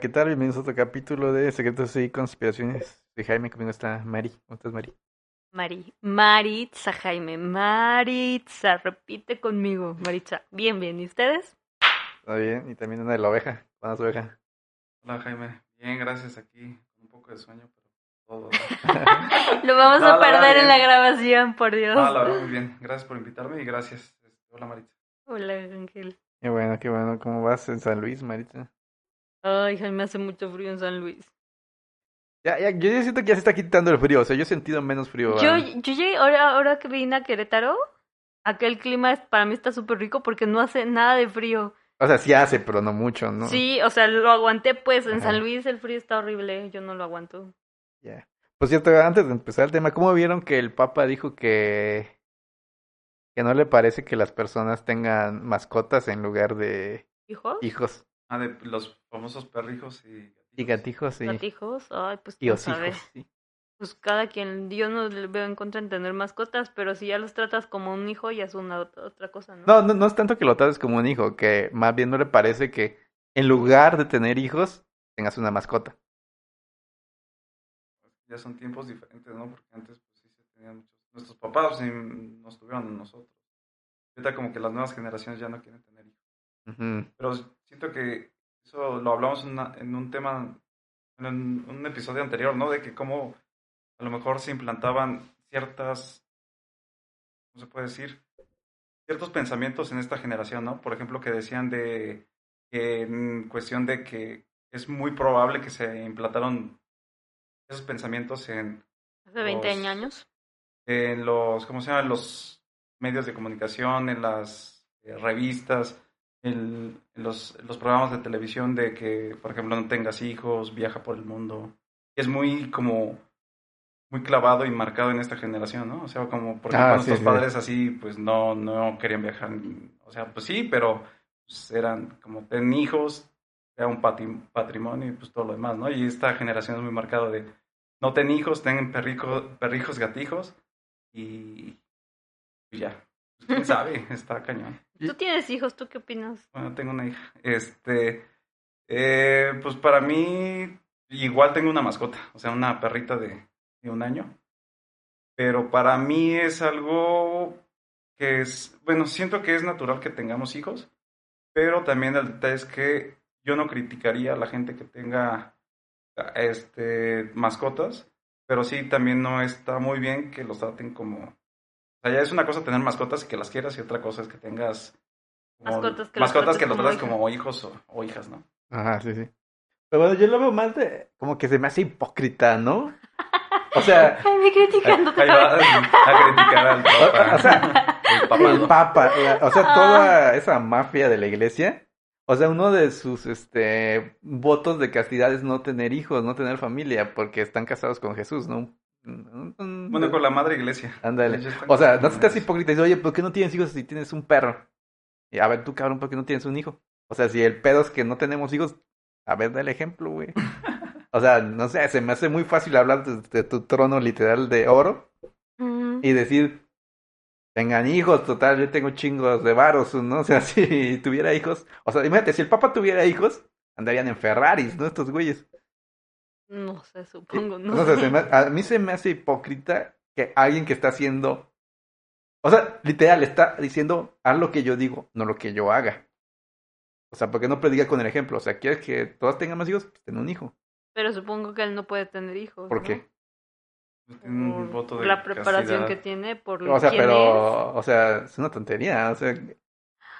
¿qué tal? Bienvenidos a otro capítulo de Secretos y Conspiraciones de Jaime. Conmigo está Mari. ¿Cómo estás, Mari? Mari, Maritza, Jaime, Maritza, repite conmigo, Maritza. Bien, bien, ¿y ustedes? Todo bien. Y también una de la oveja. Buenas, oveja. Hola Jaime, bien, gracias aquí, con un poco de sueño, pero todo. Lo vamos No, a la verdad, perder en bien. la grabación, por Dios. No, la verdad, muy bien, gracias por invitarme y gracias. Este, Hola Maritza. Hola, Ángel. Qué bueno, qué bueno. ¿Cómo vas en San Luis, Marita? Ay, Jaime, hace mucho frío en San Luis. Ya, ya, yo ya siento que ya se está quitando el frío. O sea, yo he sentido menos frío. Yo, ¿verdad? yo llegué, ahora, ahora que vine a Querétaro, aquel clima es- para mí está súper rico porque no hace nada de frío. O sea, sí hace, pero no mucho, ¿no? Sí, o sea, lo aguanté pues, en Ajá. San Luis el frío está horrible, yo no lo aguanto. Ya. Por cierto, antes de empezar el tema, ¿cómo vieron que el Papa dijo que... que no le parece que las personas tengan mascotas en lugar de ¿Hijos? hijos Ah, de los famosos perrijos y y gatijos y, ¿Gatijos? Ay, pues y tú osijos? sabes. sí. Pues cada quien, yo no le veo en contra en tener mascotas, pero si ya los tratas como un hijo ya es una ot- otra cosa, ¿no? No, no, no es tanto que lo trates como un hijo, que más bien no le parece que en lugar de tener hijos, tengas una mascota. Ya son tiempos diferentes, ¿no? Porque antes, pues sí, se tenían muchos. Nuestros papás pues, sí, nos tuvieron a nosotros. Ahorita, como que las nuevas generaciones ya no quieren tener hijos. Ujú. Pero siento que eso lo hablamos en, una- en un tema, en un, un episodio anterior, ¿no? De que cómo a lo mejor se implantaban ciertas, ¿cómo se puede decir? Ciertos pensamientos en esta generación, ¿no? Por ejemplo, que decían de, que en cuestión de que es muy probable que se implantaron esos pensamientos en, Hace 20 los- años. en los, ¿cómo se llaman? Los medios de comunicación, en las eh, revistas, en, en los, en los programas de televisión de que, por ejemplo, no tengas hijos, viaja por el mundo. Es muy como muy clavado y marcado en esta generación, ¿no? O sea, como por ejemplo Ah, sí, nuestros sí. padres así, pues no, no querían viajar. O sea, pues sí, pero pues, eran como ten hijos, sea un pati- patrimonio y pues todo lo demás, ¿no? Y esta generación es muy marcada de no ten hijos, ten perrico- perrijos, gatijos y, y ya. Pues, ¿Quién sabe? Está cañón. Y- Tú tienes hijos, ¿tú qué opinas? Bueno, tengo una hija. Este, eh, pues para mí, igual tengo una mascota, o sea, una perrita de, de un año. Pero para mí es algo que es, bueno, siento que es natural que tengamos hijos, pero también el detalle es que yo no criticaría a la gente que tenga este, mascotas, pero sí también no está muy bien que los traten como... O sea, ya es una cosa tener mascotas y que las quieras y otra cosa es que tengas como- Mascotas que los mascotas que trates los como tratas como hijos o, o hijas, ¿no? Ajá, sí, sí. Pero bueno, yo lo veo más de, como que se me hace hipócrita, ¿no? O sea, Ay, me critican Ahí va a criticar al papá. o sea, el el papá. Papa, la- o sea, toda esa mafia de la iglesia, o sea, uno de sus este votos de castidad es no tener hijos, no tener familia, porque están casados con Jesús, ¿no? Bueno, con la madre iglesia. Ándale. Ellos están O sea, como no seas niños. hipócrita y dices, oye, ¿por qué no tienes hijos si tienes un perro? Y a ver, tú cabrón, ¿por qué no tienes un hijo? O sea, si el pedo es que no tenemos hijos, a ver, dale ejemplo, güey. O sea, no sé, se me hace muy fácil hablar de, de tu trono literal de oro Ujú. y decir, tengan hijos, total, yo tengo chingos de varos, ¿no? O sea, si tuviera hijos, o sea, imagínate, si el papa tuviera hijos, andarían en Ferraris, ¿no? Estos güeyes. No sé, supongo, no O sea, sé. se me- a mí se me hace hipócrita que alguien que está haciendo. O sea, literal, está diciendo, haz lo que yo digo, no lo que yo haga. O sea, ¿por qué no predica con el ejemplo? O sea, ¿quieres que todas tengan más hijos? Pues ten un hijo. Pero supongo que él no puede tener hijos. ¿Por ¿no? qué? Tienen un Por voto de la preparación castidad. que tiene, por O sea, quién es. pero. O sea, es una tontería. O sea,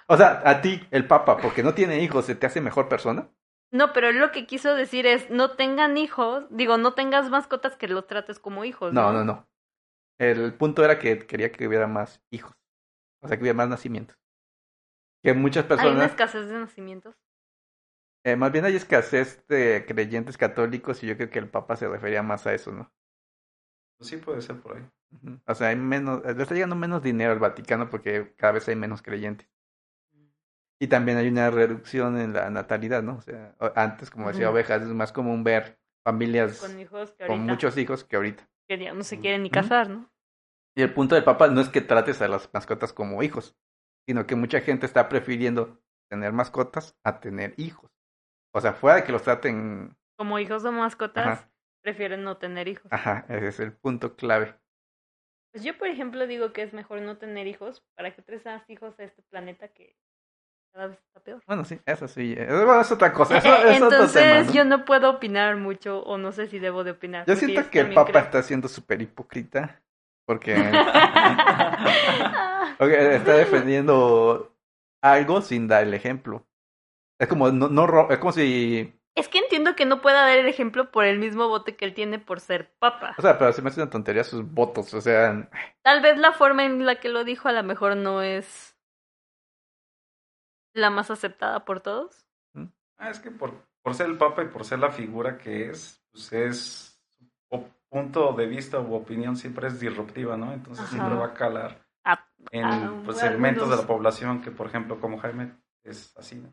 o sea, a ti, el Papa, porque no tiene hijos, ¿se te hace mejor persona? No, pero él lo que quiso decir es, no tengan hijos, digo, no tengas mascotas que los trates como hijos. No, no, no. El punto era que quería que hubiera más hijos. O sea, que hubiera más nacimientos. Que muchas Hay una personas. escasez de nacimientos. Eh, más bien hay escasez de creyentes católicos y yo creo que el Papa se refería más a eso, ¿no? Sí, puede ser por ahí. Ujú. O sea, hay menos, le está llegando menos dinero al Vaticano porque cada vez hay menos creyentes. Y también hay una reducción en la natalidad, ¿no? O sea, o- antes, como decía Ujú. Ovejas, es más común ver familias Con hijos que con ahorita muchos Mm. hijos que ahorita. que ya no se quieren ni Ujú. casar, ¿no? Y el punto del Papa no es que trates a las mascotas como hijos, sino que mucha gente está prefiriendo tener mascotas a tener hijos. O sea, fuera de que los traten. Como hijos de mascotas, Ajá. prefieren no tener hijos. Ajá, ese es el punto clave. Pues yo, por ejemplo, digo que es mejor no tener hijos para que traes hijos a este planeta que cada vez está peor. Bueno, sí, eso sí. eh, Bueno, es otra cosa. Eso, Eh, es otro Entonces tema. ¿no? yo no puedo opinar mucho o no sé si debo de opinar. Yo porque siento eso que el también Papa creo. está siendo súper hipócrita porque, porque está defendiendo algo sin dar el ejemplo. Es como no, no ro- es como si, Es que entiendo que no pueda dar el ejemplo por el mismo bote que él tiene por ser papa. o sea, pero se me hace una tontería sus votos, o sea, Tal vez la forma en la que lo dijo a lo mejor no es la más aceptada por todos. Ah, es que por, por ser el Papa y por ser la figura que es, pues es o punto de vista u opinión siempre es disruptiva, ¿no? Entonces Ajá. siempre va a calar A- en a algunos. pues, segmentos de la población que, por ejemplo, como Jaime es así, ¿no?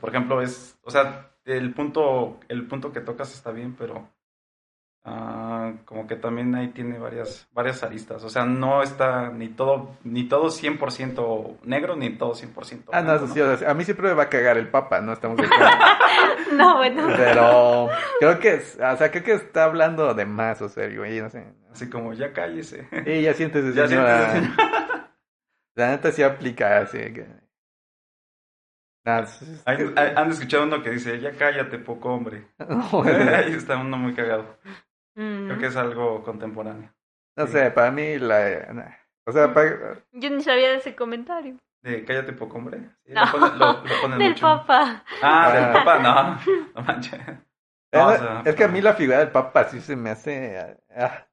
Por ejemplo, es, o sea, el punto, el punto que tocas está bien, pero ah, como que también ahí tiene varias, varias aristas. O sea, no está ni todo, ni todo 100% negro, ni todo 100%. ah, no, blanco, eso sí, o sea, a mí siempre me va a cagar el Papa, no estamos de acuerdo. No, bueno. Pero creo que, es- o sea, creo que está hablando de más, o sea, güey, no sé. Así como, ya cállese. Y ya siéntese, Ya señora. siéntese, La neta sí aplica, así que. Nah, es- es- Hay- hay- han escuchado uno que dice, ya cállate, poco hombre. No, Ahí está uno muy cagado. Creo Mm. que es algo contemporáneo. no sé, para mí la. nah. O sea, para- Yo ni sabía de ese comentario. De cállate, poco hombre. Sí, No. Lo ponen, lo- lo ponen Del mucho. papa. Ah, Ah. del papá, no. No manches. No, o sea, Eh, es que a mí la figura del Papa sí se me hace. ah.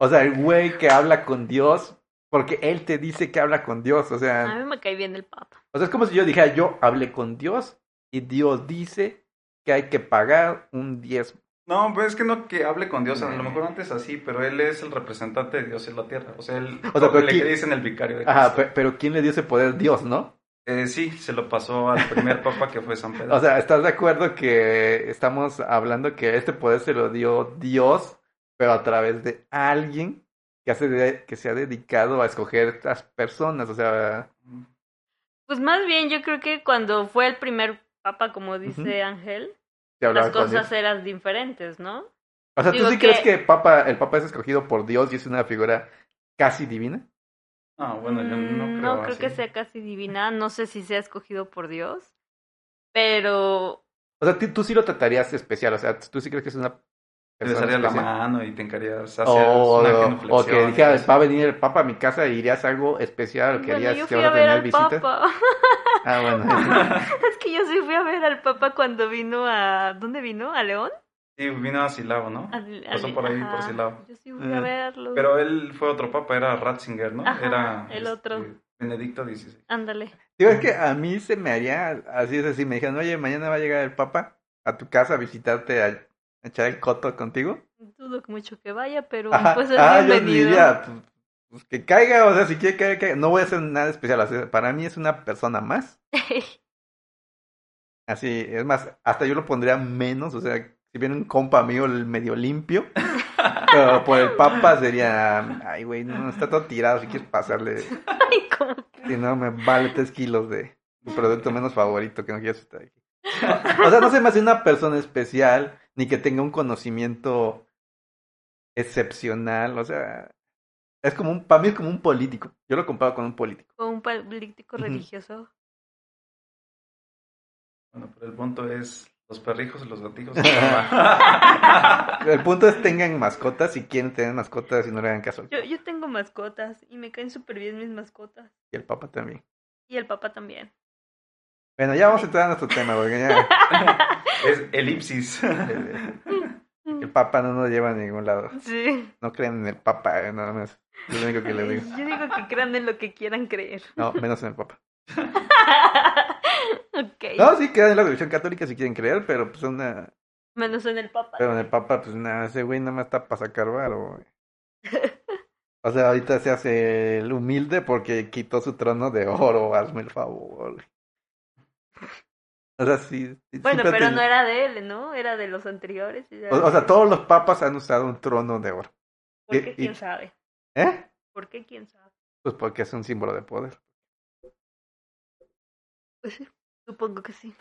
O sea, el güey que habla con Dios, porque él te dice que habla con Dios. O A sea, mí me cae bien el papa. o sea es como si yo dijera, yo hablé con Dios y Dios dice que hay que pagar un diezmo. No, pues es que no que hable con Dios. A Eh. lo mejor antes así, pero él es el representante de Dios en la tierra. O sea, él O sea, pero le aquí- dicen el vicario de Ajá, Cristo. pe- pero ¿quién le dio ese poder? Dios, ¿no? Eh, sí, se lo pasó al primer papa que fue San Pedro. O sea, ¿estás de acuerdo que estamos hablando que este poder se lo dio Dios, pero a través de alguien que, hace de- que se ha dedicado a escoger las personas? O sea, Pues más bien yo creo que cuando fue el primer papa, como dice Ujú. Ángel, se hablaba las con Dios. cosas eran diferentes, ¿no? O sea, ¿tú digo sí que- crees que papa, el Papa es escogido por Dios y es una figura casi divina? Ah, bueno, yo no creo Mm, así. que sea casi divina. No sé si sea escogido por Dios. Pero O sea, ti- tú sí lo tratarías especial, o sea, tú sí crees que es una Te persona besarías la especial? mano y te encarías hacia O, una o, o genuflexión que y dijera, eso. va a venir el Papa a mi casa y irías a algo especial, que bueno, harías yo si fui vas a a ver tener al visitas. papa. Ah, bueno. Es que yo sí fui a ver al Papa cuando vino a. ¿Dónde vino? ¿A León? Sí, vino a Silao, ¿no? A- a- Pasó por ahí, por ajá. Silao. Yo sí fui a Ah. verlo. Pero él fue otro papa, era Ratzinger, ¿no? Ajá, era este, el otro. Benedicto XVI. Ándale. Digo, es que a mí se me haría así es así. Me dijeron, oye, mañana va a llegar el Papa a tu casa a visitarte, a echar el coto contigo. Dudo mucho que vaya, pero Ajá. pues es ah, yo bienvenido. diría, pues, pues, que caiga, o sea, si quiere caer, caiga. No voy a hacer nada especial. o sea, para mí es una persona más. Así, es más, hasta yo lo pondría menos. O sea, si viene un compa mío el medio limpio, pero por el Papa sería, ay, güey, no, está todo tirado. Si quieres pasarle, Ay, ¿cómo? si no, me vale tres kilos de tu producto menos favorito que no quieras estar aquí. O sea, no se me hace una persona especial, ni que tenga un conocimiento excepcional, o sea, es como un, para mí es como un político, yo lo comparo con un político. Como un político Ujú. religioso. Bueno, pero el punto es los perrijos y los gatijos. Ah, El punto es tengan mascotas, si quieren tener mascotas y no le hagan caso, Yo, yo tengo mascotas y me caen súper bien mis mascotas. y el papa también. Y el papá también. Bueno, ya vamos a entrar a nuestro tema, porque ya es elipsis. el, el papa no nos lleva a ningún lado. Mm. Sí. No crean en el papa, eh, nada más. Es lo único que les digo. Yo digo que crean en lo que quieran creer. No, menos en el papa. ok. No, sí, quedan en la religión católica si quieren creer, pero pues una... Menos en el papá. Pero en el Papa, pues nada, ese güey nada más está para sacar varo, güey. O sea, ahorita se hace el humilde porque quitó su trono de oro, hazme el favor. güey. O sea, sí. sí, Bueno, siempre pero te- no era de él, ¿no? Era de los anteriores. y ya. o, o sea, todos los papas han usado un trono de oro. ¿Por y- qué y- quién sabe? ¿Eh? ¿Por qué quién sabe? Pues porque es un símbolo de poder. Pues sí, supongo que sí.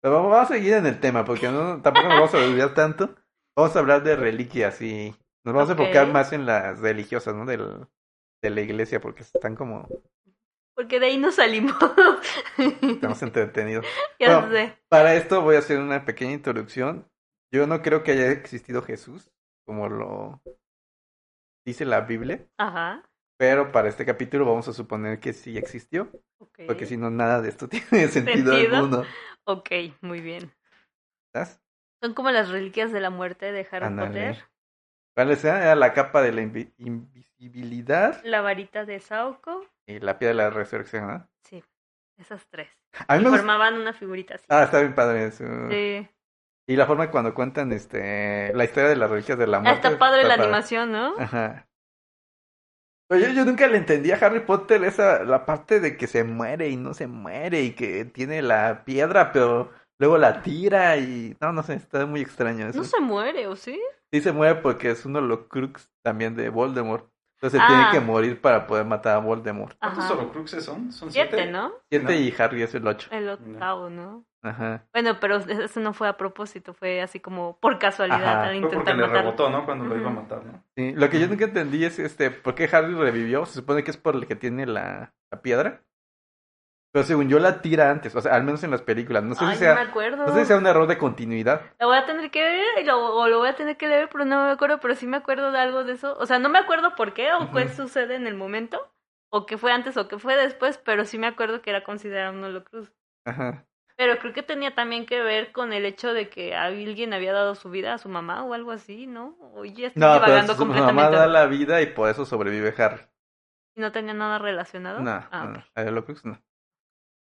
Pero vamos vamos a seguir en el tema porque no, tampoco nos vamos a olvidar tanto. Vamos a hablar de reliquias y nos vamos Ok. a enfocar más en las religiosas, ¿no? Del, de la iglesia porque están como, Porque de ahí no salimos. estamos entretenidos. ya Bueno. sé. Para esto voy a hacer una pequeña introducción. Yo no creo que haya existido Jesús, como lo dice la Biblia, Ajá. pero para este capítulo vamos a suponer que sí existió, Ok. porque si no, nada de esto tiene sentido, Sentido. alguno. Ok, muy bien. ¿Sabes? Son como las reliquias de la muerte de Harry Ándale. Potter. ¿Cuál es? Era la capa de la invi- invisibilidad La varita de Saoko. y la piedra de la resurrección, ¿no? Sí, esas tres. A mí Y me gusta- formaban una figurita así. Ah, está bien padre eso. Sí. Y la forma cuando cuentan este la historia de las reliquias de la Ah, muerte. está padre la animación, ¿no? Ajá. Pero yo, yo nunca le entendí a Harry Potter esa, la parte de que se muere y no se muere y que tiene la piedra, pero luego la tira y... No, no sé, está muy extraño eso. No se muere, ¿o sí? Sí se muere porque es uno de los crux también de Voldemort. Entonces Ah. tiene que morir para poder matar a Voldemort. ¿Cuántos Ajá. Horrocruxes son? Son siete. Siete, ¿no? Siete No. y Harry es el ocho. El octavo, ¿no? Ajá. Bueno, pero eso no fue a propósito, fue así como por casualidad Ajá. al Fue porque intentar le matarlo. rebotó, ¿no? Cuando lo iba a Ujú. matar, ¿no? Sí, Lo que yo nunca entendí es este, ¿por qué Harry revivió? Se supone que es por el que tiene la, la piedra. Pero según yo la tira antes, o sea, al menos en las películas. No sé Ay, si sea... no me acuerdo. No sé si sea un error de continuidad. Lo voy a tener que ver y lo, o lo voy a tener que leer, pero no me acuerdo, pero sí me acuerdo de algo de eso. O sea, no me acuerdo por qué o qué Ujú. sucede en el momento, o qué fue antes o qué fue después, pero sí me acuerdo que era considerado un holocruz. Ajá. Pero creo que tenía también que ver con el hecho de que alguien había dado su vida a su mamá o algo así, ¿no? Oye, estoy No, pero divagando su mamá completamente. da la vida y por eso sobrevive Harry. ¿Y ¿No tenía nada relacionado? No, no, Ah, no. ok. A Horcrux no.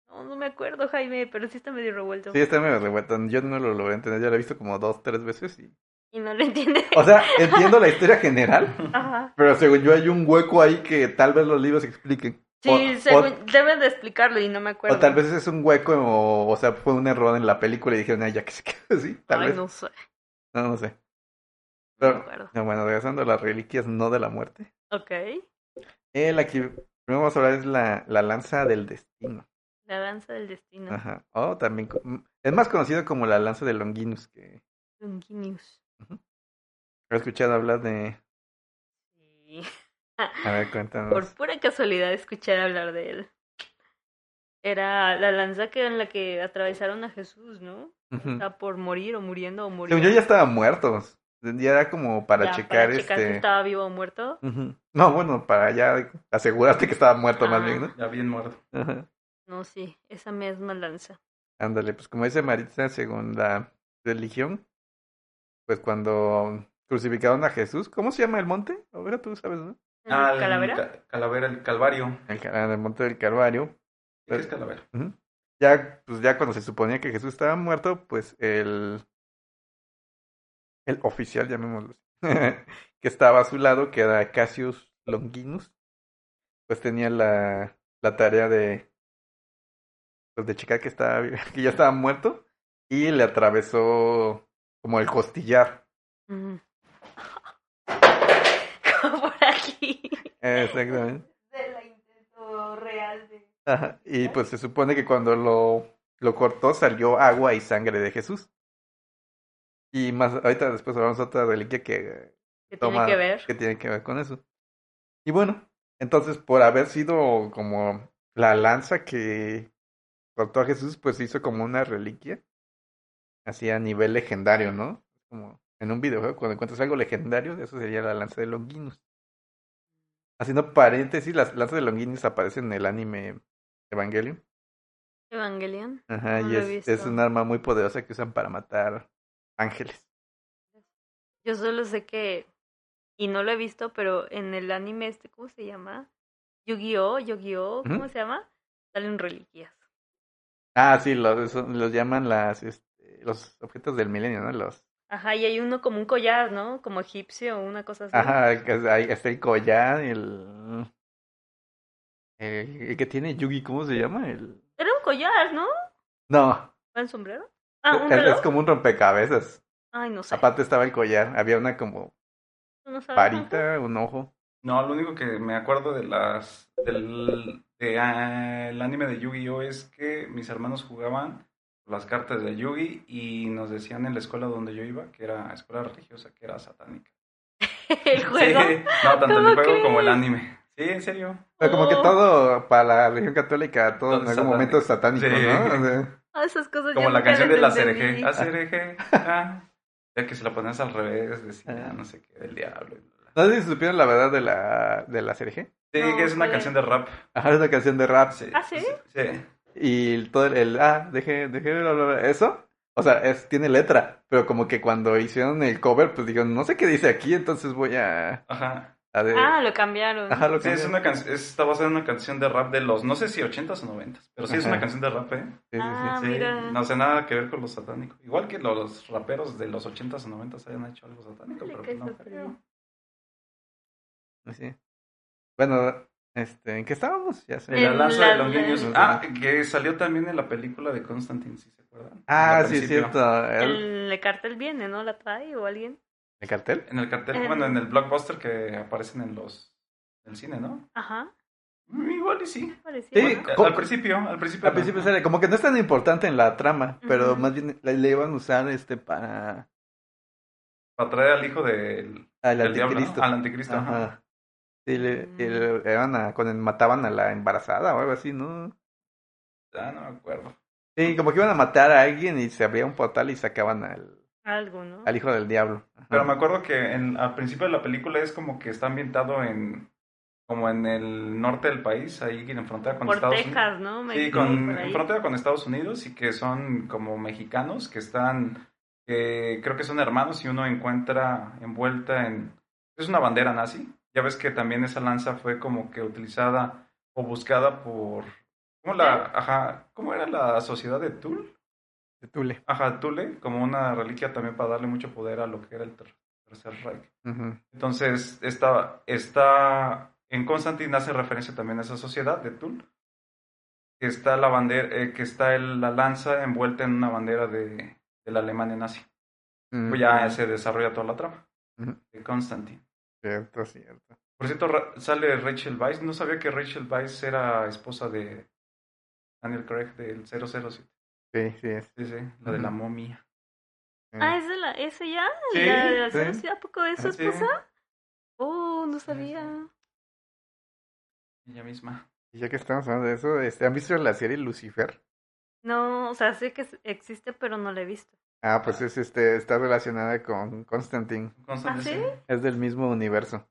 No, no me acuerdo, Jaime, pero sí está medio revuelto. Sí, este está medio revuelto. Yo no lo logré entender. Yo lo he visto como dos, tres veces. Y... Y no lo entiende. O sea, entiendo la historia general, Ajá. pero según yo hay un hueco ahí que tal vez los libros expliquen. Sí, o, según- deben de explicarlo y no me o- acuerdo. o tal vez es un hueco, o, o sea, fue un error en la película y dijeron, ay, ya que se quedó así. Tal Ay, vez. No. no sé, no, sé. no me Pero, acuerdo. no, bueno, regresando a las reliquias no de la muerte. Ok. Eh, la que primero vamos a hablar es la, la lanza del destino. La danza del destino. Ajá. O también co- m- es más conocido como la lanza de Longinus, que Longinus. he escuchado hablar de. Sí. A ver, cuéntanos. Por pura casualidad escuchar hablar de él. Era la lanza que en la que atravesaron a Jesús, ¿no? Ujú. O sea, por morir o muriendo o muriendo. Según yo ya estaban muertos. Ya era como para checar para checar si este. estaba vivo o muerto. Ujú. No, bueno, para ya asegurarte que estaba muerto más Ah. bien, ¿no? Ya bien muerto. Ajá. No, sí, esa misma lanza. Ándale, pues como dice Maritza, según la religión, pues cuando crucificaron a Jesús, ¿cómo se llama el monte? Ahora tú sabes, ¿no? Ah, Al ¿Calavera? ca- calavera, el Calvario. El, ca- ah, el monte del Calvario, ¿Qué es calavera? Ujú. Ya, pues ya cuando se suponía que Jesús estaba muerto, pues el, el oficial, llamémoslo, así, que estaba a su lado, que era Cassius Longinus, pues tenía la, la tarea de, pues de checar que estaba, vi- que ya estaba muerto, y le atravesó como el costillar. Ujú. Como por aquí. Exactamente. Del intento real de... Ajá, Y pues se supone que cuando lo, lo cortó salió agua y sangre de Jesús. Y más, ahorita después hablamos de otra reliquia que que toma, tiene que ver. que tiene que ver con eso. Y bueno, entonces por haber sido como la lanza que cortó a Jesús, pues se hizo como una reliquia, así a nivel legendario, ¿no? Como en un videojuego, cuando encuentras algo legendario, eso sería la lanza de Longinus. Haciendo paréntesis, las lanzas de Longinus aparecen en el anime Evangelion. Evangelion. Ajá, No y lo he es, es visto. un arma muy poderosa que usan para matar ángeles. Yo solo sé que, y no lo he visto, pero en el anime este, ¿cómo se llama? Yu-Gi-Oh, Yu-Gi-Oh, ¿cómo Ujú. se llama? Salen reliquias. Ah, sí, los, son- los llaman las, este, los objetos del milenio, ¿no? Los, Ajá, y hay uno como un collar, ¿no? Como egipcio o una cosa así. Ajá, que es- ahí está el collar, el, el, el que tiene Yugi, ¿cómo se llama? El, Era un collar, ¿no? no, ¿Un sombrero? Ah, un es, es reloj. como un rompecabezas. Ay, no sé. Aparte estaba el collar, había una como No sabes. parita, un ojo. No, lo único que me acuerdo de las del de, ah, el anime de Yu-Gi-Oh es que mis hermanos jugaban las cartas de Yugi y nos decían en la escuela donde yo iba, que era escuela religiosa, que era satánica. El juego. Sí, no, tanto ¿Cómo el juego crees? como el anime. Sí, en serio. Pero como que Oh. todo para la religión católica, todo Todo en es algún momento es satánico, Sí. ¿no? O sea, Ah, esas cosas Como yo la nunca canción las de la entendí. cereje. Acereje. Ah. Ya que se la ponías al revés, decía Ah. no sé qué, del diablo. y bla, bla. no sé si supieron la verdad de la, de la CRG. Sí, No, que es una ¿cuál canción de rap. Ajá, es una canción de rap. Sí, ¿Ah, sí? Sí. Y todo el, el, ah, deje, deje, bla, bla, bla, eso. O sea, es, tiene letra, pero como que cuando hicieron el cover, pues dijeron, no sé qué dice aquí, entonces voy a... Ajá. a de- Ah, lo cambiaron. ajá, lo Sí, que es una can- es- está basada en una canción de rap de los, no sé si 80s o 90s, pero sí es Ajá. una canción de rap, ¿eh? Sí, sí, sí. Ah, Sí, mira. no sé nada que ver con lo satánico. Igual que los raperos de los 80s o 90s hayan hecho algo satánico, Órale, pero qué pues no sorpresa. creo. Así. Bueno, este, ¿en qué estábamos? Ya se me- De la En lanza de la los niños. lanza. Ah, que salió también en la película de Constantine, si se acuerdan. Ah, Al sí, es principio. cierto. El, El, el cartel viene, ¿no? La trae o alguien. el cartel. En el cartel, Eh. bueno, en el blockbuster que aparecen en los en el cine, ¿no? Ajá, Mm, Igual y sí. parecía. Sí, ¿no? co- Al principio, al principio. Al principio sale, como que no es tan importante en la trama, pero Ujú. más bien la, la iban a usar este para Para traer al hijo del al del diablo, ¿no? anticristo. Al anticristo, ajá. Ajá. Y le, y le- Mm. eran a- con el- mataban a la embarazada o algo así, ¿no? Ah, no me acuerdo. Sí, como que iban a matar a alguien y se abría un portal y sacaban al, Algo, ¿no? al hijo del diablo. Ajá. Pero me acuerdo que en- al principio de la película es como que está ambientado en como en el norte del país, ahí en frontera con Por Estados Texas, ¿no? Unidos. Sí, México, con, por ahí. en frontera con Estados Unidos y que son como mexicanos que están, que creo que son hermanos y uno encuentra envuelta en... Es una bandera nazi. Ya ves que también esa lanza fue como que utilizada o buscada por... ¿Cómo, la, ajá, ¿cómo era la sociedad de Tul? De Tule. Ajá, Tule, como una reliquia también para darle mucho poder a lo que era el ter- Tercer Reich. Ujú. Entonces, está, está en Constantine hace referencia también a esa sociedad de Tul, que está la bandera, eh, que está el- la lanza envuelta en una bandera de, de la Alemania nazi. Mm, Pues ya se desarrolla toda la trama Ujú. de Constantine. Cierto, cierto. Por cierto, ra- sale Rachel Weisz. No sabía que Rachel Weisz era esposa de Daniel Craig del 007. Sí, sí, es. Mm. Sí, sí, la de la Ujú. momia. sí. Ah, ¿es de la, ese ya? Sí, ¿La de la sí. Ceres? ¿A poco es su Sí, esposa? Oh, no sí. sabía. ella misma. Y ya que estamos hablando de eso, este, ¿han visto la serie Lucifer? No, o sea, sé que es- existe, pero no la he visto. Ah, pues es este, está relacionada con Constantine. Constantine, ¿Ah, sí? Es del mismo universo.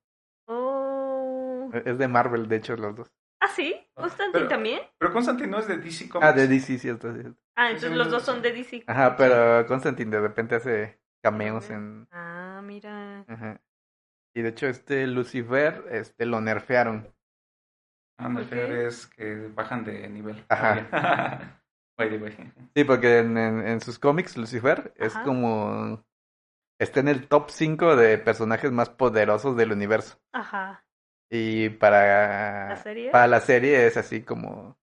E, Oh. Es es de Marvel, de hecho, los dos. ¿Ah, sí? ¿Constantine Eh. Pero- también? Pero Constantine no es de DC Comics. Ah, de DC, cierto, cierto. Ah, sí, entonces sí, los sí, dos sí. son de DC. Ah. Ajá, pero Constantine de repente hace cameos en... Ah, mira. Ajá. Y de hecho, este Lucifer, este, lo nerfearon. Ah, no, el Ok. peor es que bajan de nivel. Ajá. By the way. Sí, porque en, en- en sus cómics, Lucifer es Ajá. como... Está en el top 5 de personajes más poderosos del universo. Ajá. Y para... ¿La serie? Ah, Para la serie es así como...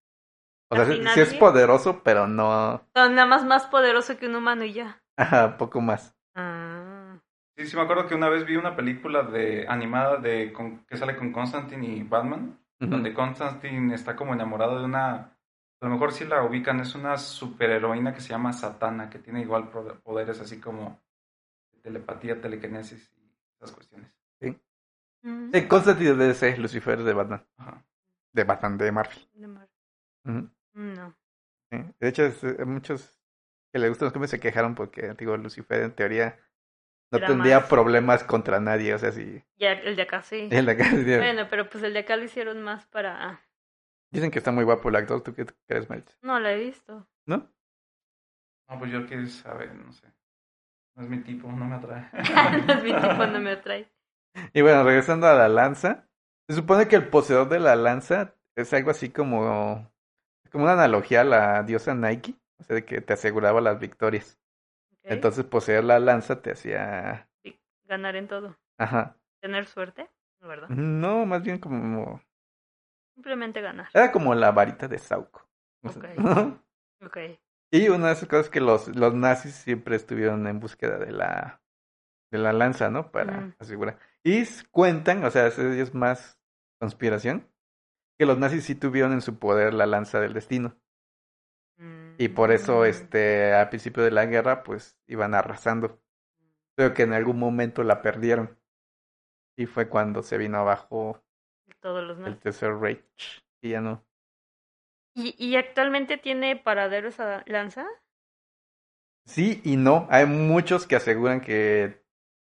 O sea, Casi sí, sí nadie. es poderoso, pero no... Son nada más más poderoso que un humano y ya. Ajá, poco más. Ah. Sí, sí, me acuerdo que una vez vi una película de animada de con- que sale con Constantine y Batman, Ujú. donde Constantine está como enamorado de una. A lo mejor sí la ubican, es una superheroína que se llama Satana, que tiene igual pro- poderes así como telepatía, telequinesis y esas cuestiones. Mm. Sí, Constantine de DC, Lucifer de Batman. Ajá. De Batman, de Marvel. De mar- Ujú. No. Sí, De hecho, es- eh, muchos que le gustan los cómics se quejaron porque, digo, Lucifer en teoría no Era tendría más. problemas contra nadie, o sea, si Ya, el de acá sí. en la calle- Bueno, pero pues el de acá lo hicieron más para... dicen que está muy guapo el actor, ¿tú qué crees, Mel? No la he visto. ¿No? No, pues yo quiero saber, no sé. No es mi tipo, no me atrae. no es mi tipo, no me atrae. Y bueno, regresando a la lanza, se supone que el poseedor de la lanza es algo así como, como una analogía a la diosa Nike, o sea, de que te aseguraba las victorias. Ok. Entonces, poseer la lanza te hacía, Ganar en todo. ajá, Tener suerte, ¿verdad? no, más bien como, Simplemente ganar. era como la varita de Sauco. O sea, Ok. Ok. Y una de esas cosas que los, los nazis siempre estuvieron en búsqueda de la, de la lanza, ¿no? Para Ujú. asegurar. Y s- cuentan, o sea, eso ya es más conspiración, que los nazis sí tuvieron en su poder la lanza del destino. Mm. Y por eso, este, al principio de la guerra, pues iban arrasando. Pero que en algún momento la perdieron. Y fue cuando se vino abajo Todos los el nazis. Tercer Reich. Y ya no. ¿Y, y actualmente tiene paradero esa lanza? Sí y no. Hay muchos que aseguran que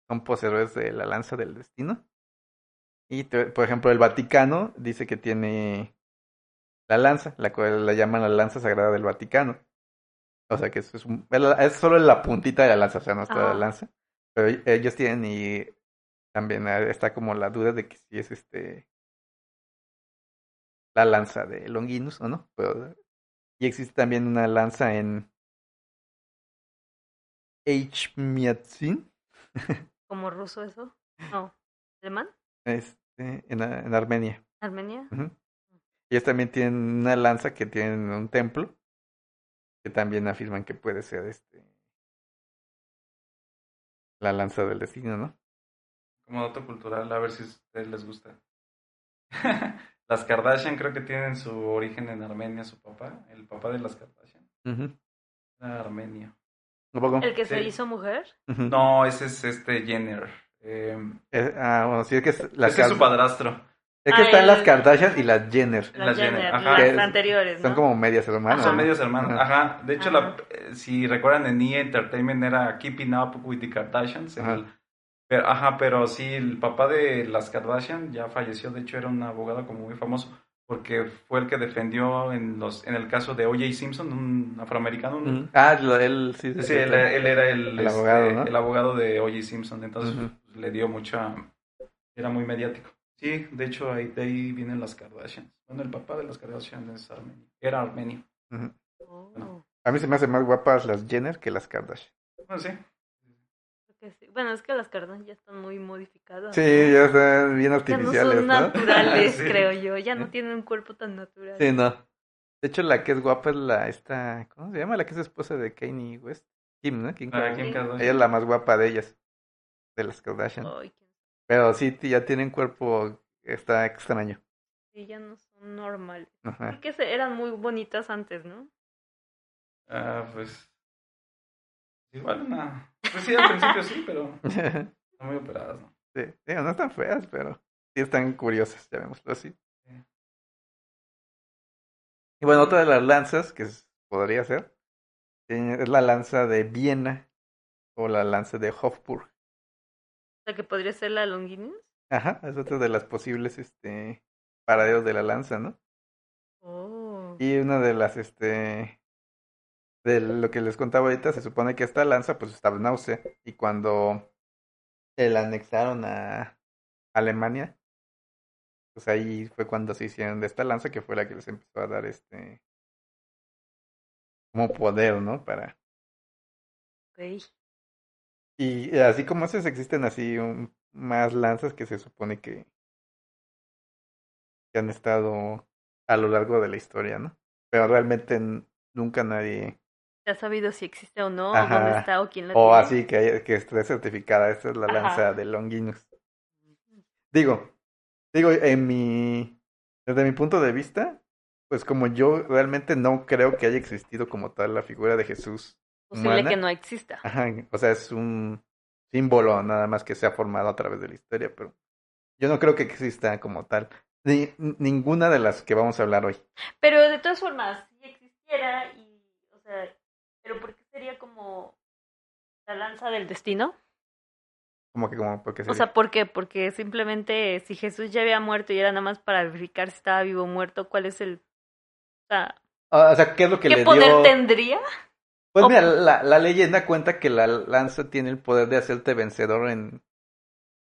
son poseedores de la lanza del destino. Y, te- por ejemplo, el Vaticano dice que tiene la lanza, la cual la llaman la lanza sagrada del Vaticano. O sea que eso es, un- es la- es solo la puntita de la lanza, o sea, no está la Ajá. lanza. Pero e, ellos tienen y también eh, está como la duda de que si es este la lanza de Longinus o no. Pero, y existe también una lanza en H. Miatzin, ¿Como ruso eso? No. ¿Alemán? este, en, a- en Armenia. ¿Armenia? Ujú. Ellos también tienen una lanza que tienen en un templo, que también afirman que puede ser este la lanza del destino, ¿no? Como dato cultural, a ver si a ustedes les gusta. las Kardashian creo que tienen su origen en Armenia, su papá. El papá de las Kardashian. Ujú. Era armenio. ¿A poco? ¿El que se Sí. hizo mujer? Ujú. No, ese es este Jenner. Eh, Eh, ah, bueno, sí, es que, es las ese es su Kar- padrastro. es que Ah, están el- las Kardashian y las Jenner. Las Las Jenner, Jenner, ajá. las Que anteriores, ¿no? Son como medias hermanas. Son ¿no? medios hermanos. Ajá. Ajá. De hecho, Ajá. la- eh, si recuerdan en E! Entertainment era Keeping Up with the Kardashians. Ajá. el- pero, ajá, pero sí, el papá de las Kardashian ya falleció. De hecho, era un abogado como muy famoso porque fue el que defendió en los en el caso de O.J. Simpson, un afroamericano. un- Ujú. Ah, lo- él sí. sí, Sí, sí, él, sí. él era el, este, El abogado, ¿no? el abogado de O.J. Simpson. Entonces Ujú. pues, le dio mucha. Era muy mediático. Sí, de hecho, ahí, de ahí vienen las Kardashians. Bueno, el papá de las Kardashian es armenio. Era armenio. Ujú. Oh, no. A mí se me hacen más guapas las Jenner que las Kardashian. Bueno, sí. creo que sí. Bueno, es que las Kardashian ya están muy modificadas. Sí, ya están bien Ya Ah. no artificiales, son ¿no? naturales, Sí. creo yo. Ya no Sí. tienen un cuerpo tan natural. Sí, no. De hecho, la que es guapa es la esta, ¿cómo se llama? La que es esposa de Kanye West. Kim, ¿no? Kim Ah, Kardashian. Kim Sí. Kardashian. Ah. Ella es la más guapa de ellas, de las Kardashian. Ay, que- Pero sí, t- ya tienen cuerpo, está extraño. sí, ya no son normales. Ajá. Porque se, eran muy bonitas antes, ¿no? Ah, pues. Igual una. Pues sí, al principio sí, pero sí, están muy operadas, ¿no? digo, no están feas, pero sí están curiosas, llamémoslo así. Y bueno, otra de las lanzas que es- podría ser eh, es la lanza de Viena o la lanza de Hofburg. O sea, que podría ser la Longinus. Ajá, es otra de las posibles este paraderos de la lanza, ¿no? Oh. Y una de las, este, de lo que les contaba ahorita, se supone que esta lanza pues estaba en Austria y cuando se la anexaron a Alemania, pues ahí fue cuando se hicieron de esta lanza que fue la que les empezó a dar este, como poder, ¿no? Para... ok. Y eh, así como esas existen así un- más lanzas que se supone que, que han estado a lo largo de la historia, ¿no? Pero realmente n- nunca nadie... ¿Te has sabido si existe o no? Ajá. ¿O dónde está o quién la O tiene? así que, haya- que esté certificada. Esta es la Ajá. lanza de Longinus. Digo, digo, en mi. Desde mi punto de vista, pues como yo realmente no creo que haya existido como tal la figura de Jesús. Posible humana. que no exista. Ajá, o sea, es un símbolo nada más que se ha formado a través de la historia, pero yo no creo que exista como tal. Ni, ninguna de las que vamos a hablar hoy. Pero de todas formas, si existiera y, o sea, pero ¿por qué sería como la lanza del destino? Como que como porque O sería- sea, ¿por qué? Porque simplemente si Jesús ya había muerto y era nada más para verificar si estaba vivo o muerto, ¿cuál es el... o sea, Ah, o sea, ¿qué es lo que ¿Qué le poder dio? tendría? Pues O- mira, la, la leyenda cuenta que la lanza tiene el poder de hacerte vencedor en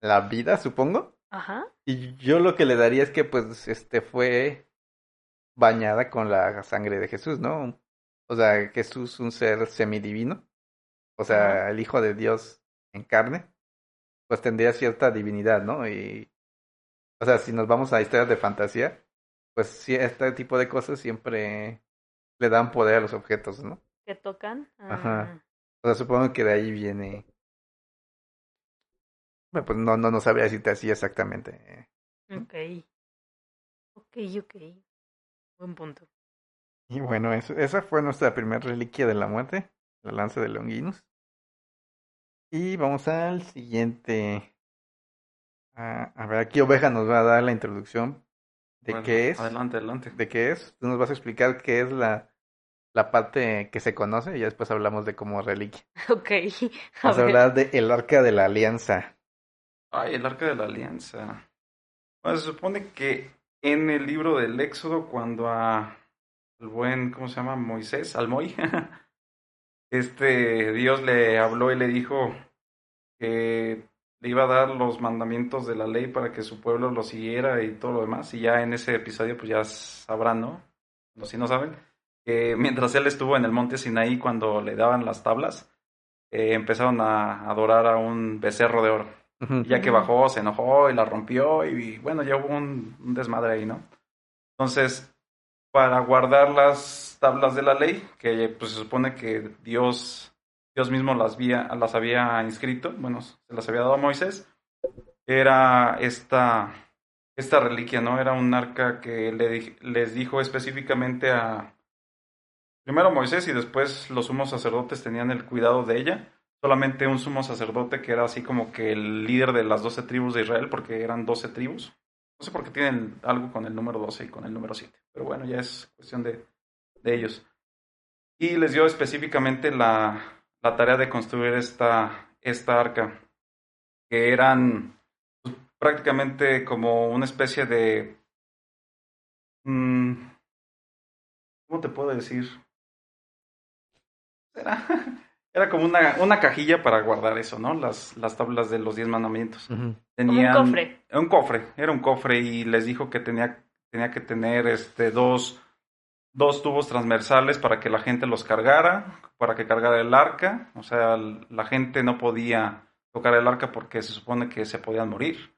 la vida, supongo. Ajá. Y yo lo que le daría es que pues este fue bañada con la sangre de Jesús, ¿no? O sea, Jesús un ser semidivino, o sea, el Hijo de Dios en carne, pues tendría cierta divinidad, ¿no? Y, o sea, si nos vamos a historias de fantasía, pues sí, este tipo de cosas siempre le dan poder a los objetos, ¿no? Que tocan. Ah, Ajá. O sea, supongo que de ahí viene. Bueno, pues no, no, no sabría decirte así exactamente. eh, Ah, Ok. Ok, ok. Buen punto. Y bueno, eso, esa fue nuestra primera reliquia de la muerte, la lanza de Longinus. Y vamos al siguiente. Ah, a ver, aquí Oveja nos va a dar la introducción de Bueno, qué es. Adelante, adelante. ¿De qué es? Tú nos vas a explicar qué es la, la parte que se conoce y ya después hablamos de como reliquia. Ok. A Vamos a ver. hablar de el arca de la alianza. Ay, el arca de la alianza. Bueno, se supone que en el libro del Éxodo, cuando a el buen, ¿cómo se llama? Moisés, al Moy, este Dios le habló y le dijo que le iba a dar los mandamientos de la ley para que su pueblo lo siguiera y todo lo demás. Y ya en ese episodio, pues ya sabrán, ¿no? No, si no saben, que mientras él estuvo en el monte Sinaí, cuando le daban las tablas, eh, empezaron a adorar a un becerro de oro. Ujú. Y ya que bajó, se enojó y la rompió y, bueno, ya hubo un, un desmadre ahí, ¿no? Entonces, para guardar las tablas de la ley, que pues se supone que Dios, Dios mismo las, vía- las había inscrito, bueno, se las había dado a Moisés, era esta, esta reliquia, ¿no? Era un arca que le, di- les dijo específicamente a... Primero Moisés y después los sumos sacerdotes tenían el cuidado de ella solamente un sumo sacerdote que era así como que el líder de las doce tribus de Israel, porque eran doce tribus. No sé por qué tienen algo con el número 12 y con el número 7, pero bueno, ya es cuestión de, de ellos. Y les dio específicamente la, la tarea de construir esta, esta arca, que eran pues, prácticamente como una especie de... mm, ¿Cómo te puedo decir? Era, era como una, una cajilla para guardar eso, ¿no? Las, las tablas de los diez mandamientos. Ujú. Como un Tenían, cofre. era Un cofre, era un cofre y les dijo que tenía, tenía que tener este, dos, dos tubos transversales para que la gente los cargara, para que cargara el arca. O sea, l- la gente no podía tocar el arca porque se supone que se podían morir.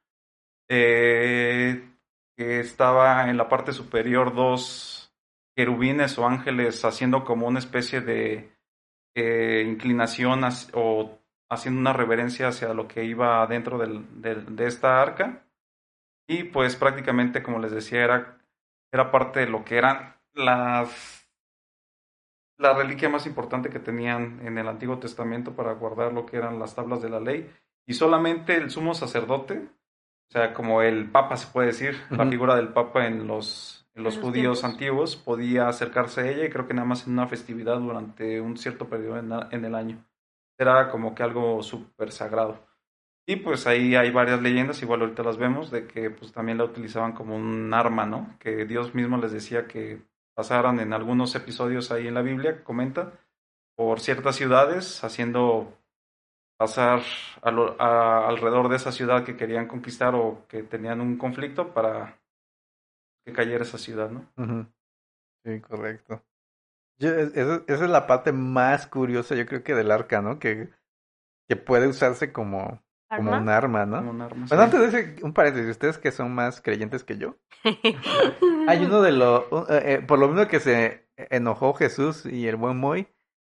Eh, que estaba en la parte superior dos querubines o ángeles haciendo como una especie de eh, inclinación hacia- o haciendo una reverencia hacia lo que iba dentro del- del- de esta arca. Y pues prácticamente, como les decía, era, era parte de lo que eran las la reliquia más importante que tenían en el Antiguo Testamento para guardar lo que eran las tablas de la ley. Y solamente el sumo sacerdote, o sea, como el papa se puede decir, la Ujú. figura del papa en los, en los En los judíos tiempos. antiguos, podía acercarse a ella y creo que nada más en una festividad durante un cierto periodo en, en el año. Era como que algo súper sagrado. Y pues ahí hay varias leyendas, igual ahorita las vemos, de que pues también la utilizaban como un arma, ¿no? Que Dios mismo les decía que pasaran en algunos episodios ahí en la Biblia, comenta, por ciertas ciudades, haciendo pasar a lo- a- alrededor de esa ciudad que querían conquistar o que tenían un conflicto para que cayera esa ciudad, ¿no? Ujú. Sí, correcto. Yo- es- esa, esa es la parte más curiosa, yo creo que del arca, ¿no? Que, que puede usarse como, como ¿Arma? un arma, ¿no? Como un arma. Bueno, sí. antes de ese, un paréntesis, ustedes que son más creyentes que yo. Mm. Hay uno de los, por lo menos que se enojó Jesús y el buen Moy,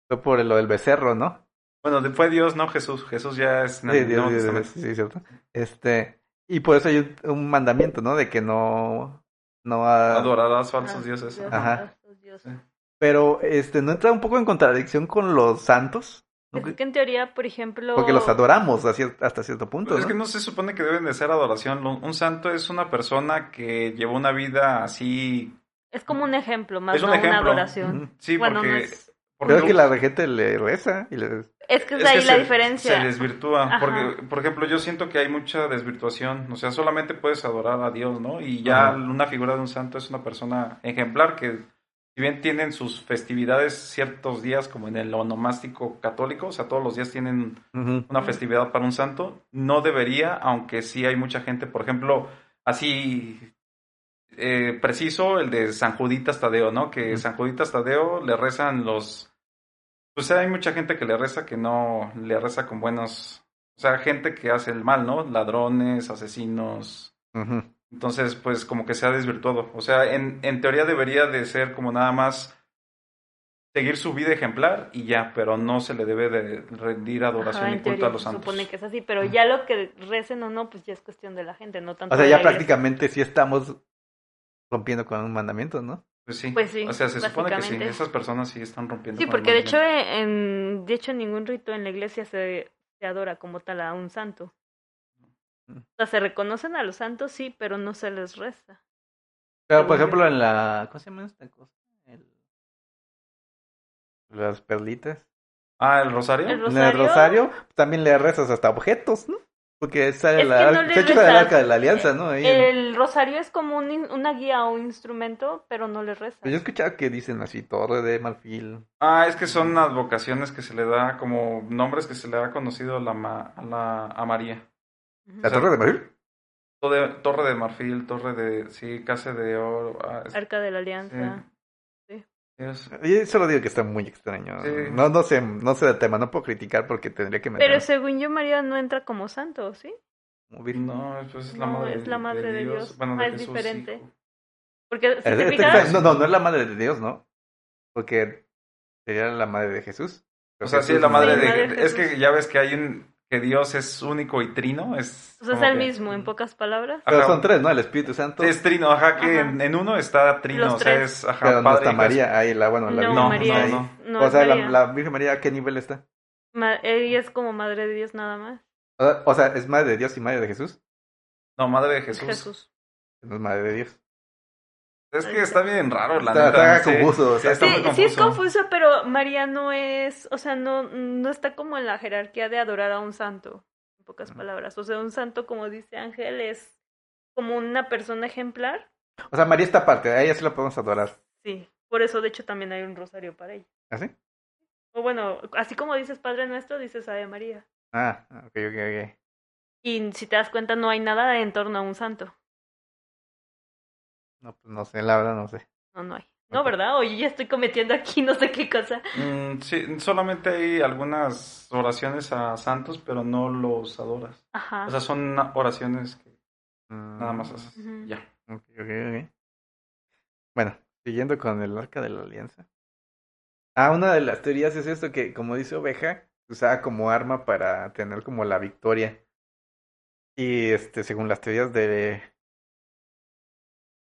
fue por lo del becerro, ¿no? Bueno, de- fue Dios, ¿no? Jesús. Jesús ya es en Sí, el sí, Nuevo sí, sí, Testamento. sí, cierto. Este, y por eso hay un, un mandamiento, ¿no? De que no, no ha- Adorarás falsos dioses. Ah, Dios, Ajá. falsos dioses. pero este, no entra un poco en contradicción con los santos, ¿No? Es que en teoría, por ejemplo... porque los adoramos a cier- hasta cierto punto, Pues es ¿no? que no se supone que deben de ser adoración. Lo- Un santo es una persona que llevó una vida así. Es como un ejemplo, más Es un no una ejemplo. adoración. Ujú. Sí, Bueno, porque. no es... porque Pero es que luego- la gente le reza y le... Es que es, es ahí que la se- diferencia. Se desvirtúa. Ajá. Porque, por ejemplo, yo siento que hay mucha desvirtuación. O sea, solamente puedes adorar a Dios, ¿no? Y ya Ajá. una figura de un santo es una persona ejemplar que, si bien tienen sus festividades ciertos días, como en el onomástico católico, o sea, todos los días tienen Ujú. una Mm. festividad para un santo, no debería, aunque sí hay mucha gente, por ejemplo, así eh, preciso el de San Juditas Tadeo, ¿no? Que Ujú. San Juditas Tadeo le rezan los... Pues hay mucha gente que le reza que no le reza con buenos... O sea, gente que hace el mal, ¿no? Ladrones, asesinos, Ujú. entonces, pues como que se ha desvirtuado. O sea, en, en teoría debería de ser como nada más seguir su vida ejemplar y ya, pero no se le debe de rendir adoración Ajá, y en culto teoría a los se santos. supone que es así, pero ya lo que recen o no, pues ya es cuestión de la gente, no tanto O sea, de ya la iglesia. prácticamente sí estamos rompiendo con un mandamiento, ¿no? Pues sí. Pues sí, O sea, se supone que sí. básicamente. Esas personas sí están rompiendo. Sí, con el porque de hecho, movimiento. eh, en, de hecho en ningún rito en la iglesia se, se adora como tal a un santo. O sea, se reconocen a los santos, sí, pero no se les reza. Pero, por Según yo. ejemplo, en la... ¿Cómo se llama esta cosa? El- Las perlitas. Ah, el rosario. El ro- En el ¿Rosario? rosario también le rezas hasta objetos, ¿no? Porque sale Es la... que no le se echa del rezas. arca de la alianza, ¿no? Ahí en- El rosario es como un in- una guía o un instrumento, pero no le reza. Pero pues, Yo he escuchado que dicen así, torre de marfil. Ah, es que son las vocaciones que se le da como nombres que se le ha conocido a la, ma- a la a María. Ujú. ¿La sea, torre de marfil? Torre, torre de marfil, torre de sí, casa de oro. ah, es- Arca de la sí. Alianza. Es- Yo solo digo que está muy extraño. Sí. No, no sé, no sé del tema, no puedo criticar porque tendría que meter Pero según yo, María no entra como santo, ¿sí? como virgen. no, es- pues es la No, madre, es la madre de Dios. Bueno, Ah, de es Jesús, diferente. hijo. Porque si Es- te es- fijas, no, no, no es la madre de Dios, ¿no? Porque sería la madre de Jesús. O Pero sea, Jesús sí, es la no. madre Sí, de, madre de Es que Jesús. ya ves que hay un. que Dios es único y trino. Es, pues, es como el que- mismo, en pocas palabras. Pero Ajá. son tres, ¿no? El Espíritu Santo. Sí, es trino, ajá, que Ajá. En, en uno está trino, Los o sea, tres. es ajá, pero no padre, está hijo, es- María ahí, la, bueno, Ah, la No, Virgen No, María ahí. es- no, no o es sea, la, María. la Virgen María, ¿a qué nivel está? Ma- ella es como madre de Dios nada más. O sea, o sea, ¿es madre de Dios y madre de Jesús? No, madre de Es Jesús. Jesús. No es madre de Dios. Es que está bien raro, la Está, neta. está sí. confuso. o sea, Está Sí, muy sí es confuso. confuso, pero María no es, o sea, no, no está como en la jerarquía de adorar a un santo, en pocas palabras. O sea, un santo, como dice Ángel, es como una persona ejemplar. o sea, María está aparte, a ella sí la podemos adorar. Sí, por eso de hecho también hay un rosario para ella. ¿Ah, ¿Así? O bueno, así como dices Padre Nuestro, dices Ave María. Ah, ok, ok, ok. Y si te das cuenta, no hay nada en torno a un santo. No, pues no sé, la verdad no sé. No, no hay. No, Ok. ¿verdad? Oye, ya estoy cometiendo aquí no sé qué cosa. Mm, sí, solamente hay algunas oraciones a santos, pero no los adoras. Ajá. O sea, son oraciones que nada más Mm. haces. Ujú. Ya. Ok, ok, ok. Bueno, siguiendo con el arca de la alianza. Ah, una de las teorías es esto que, como dice Oveja, se usaba como arma para tener como la victoria. Y este, según las teorías de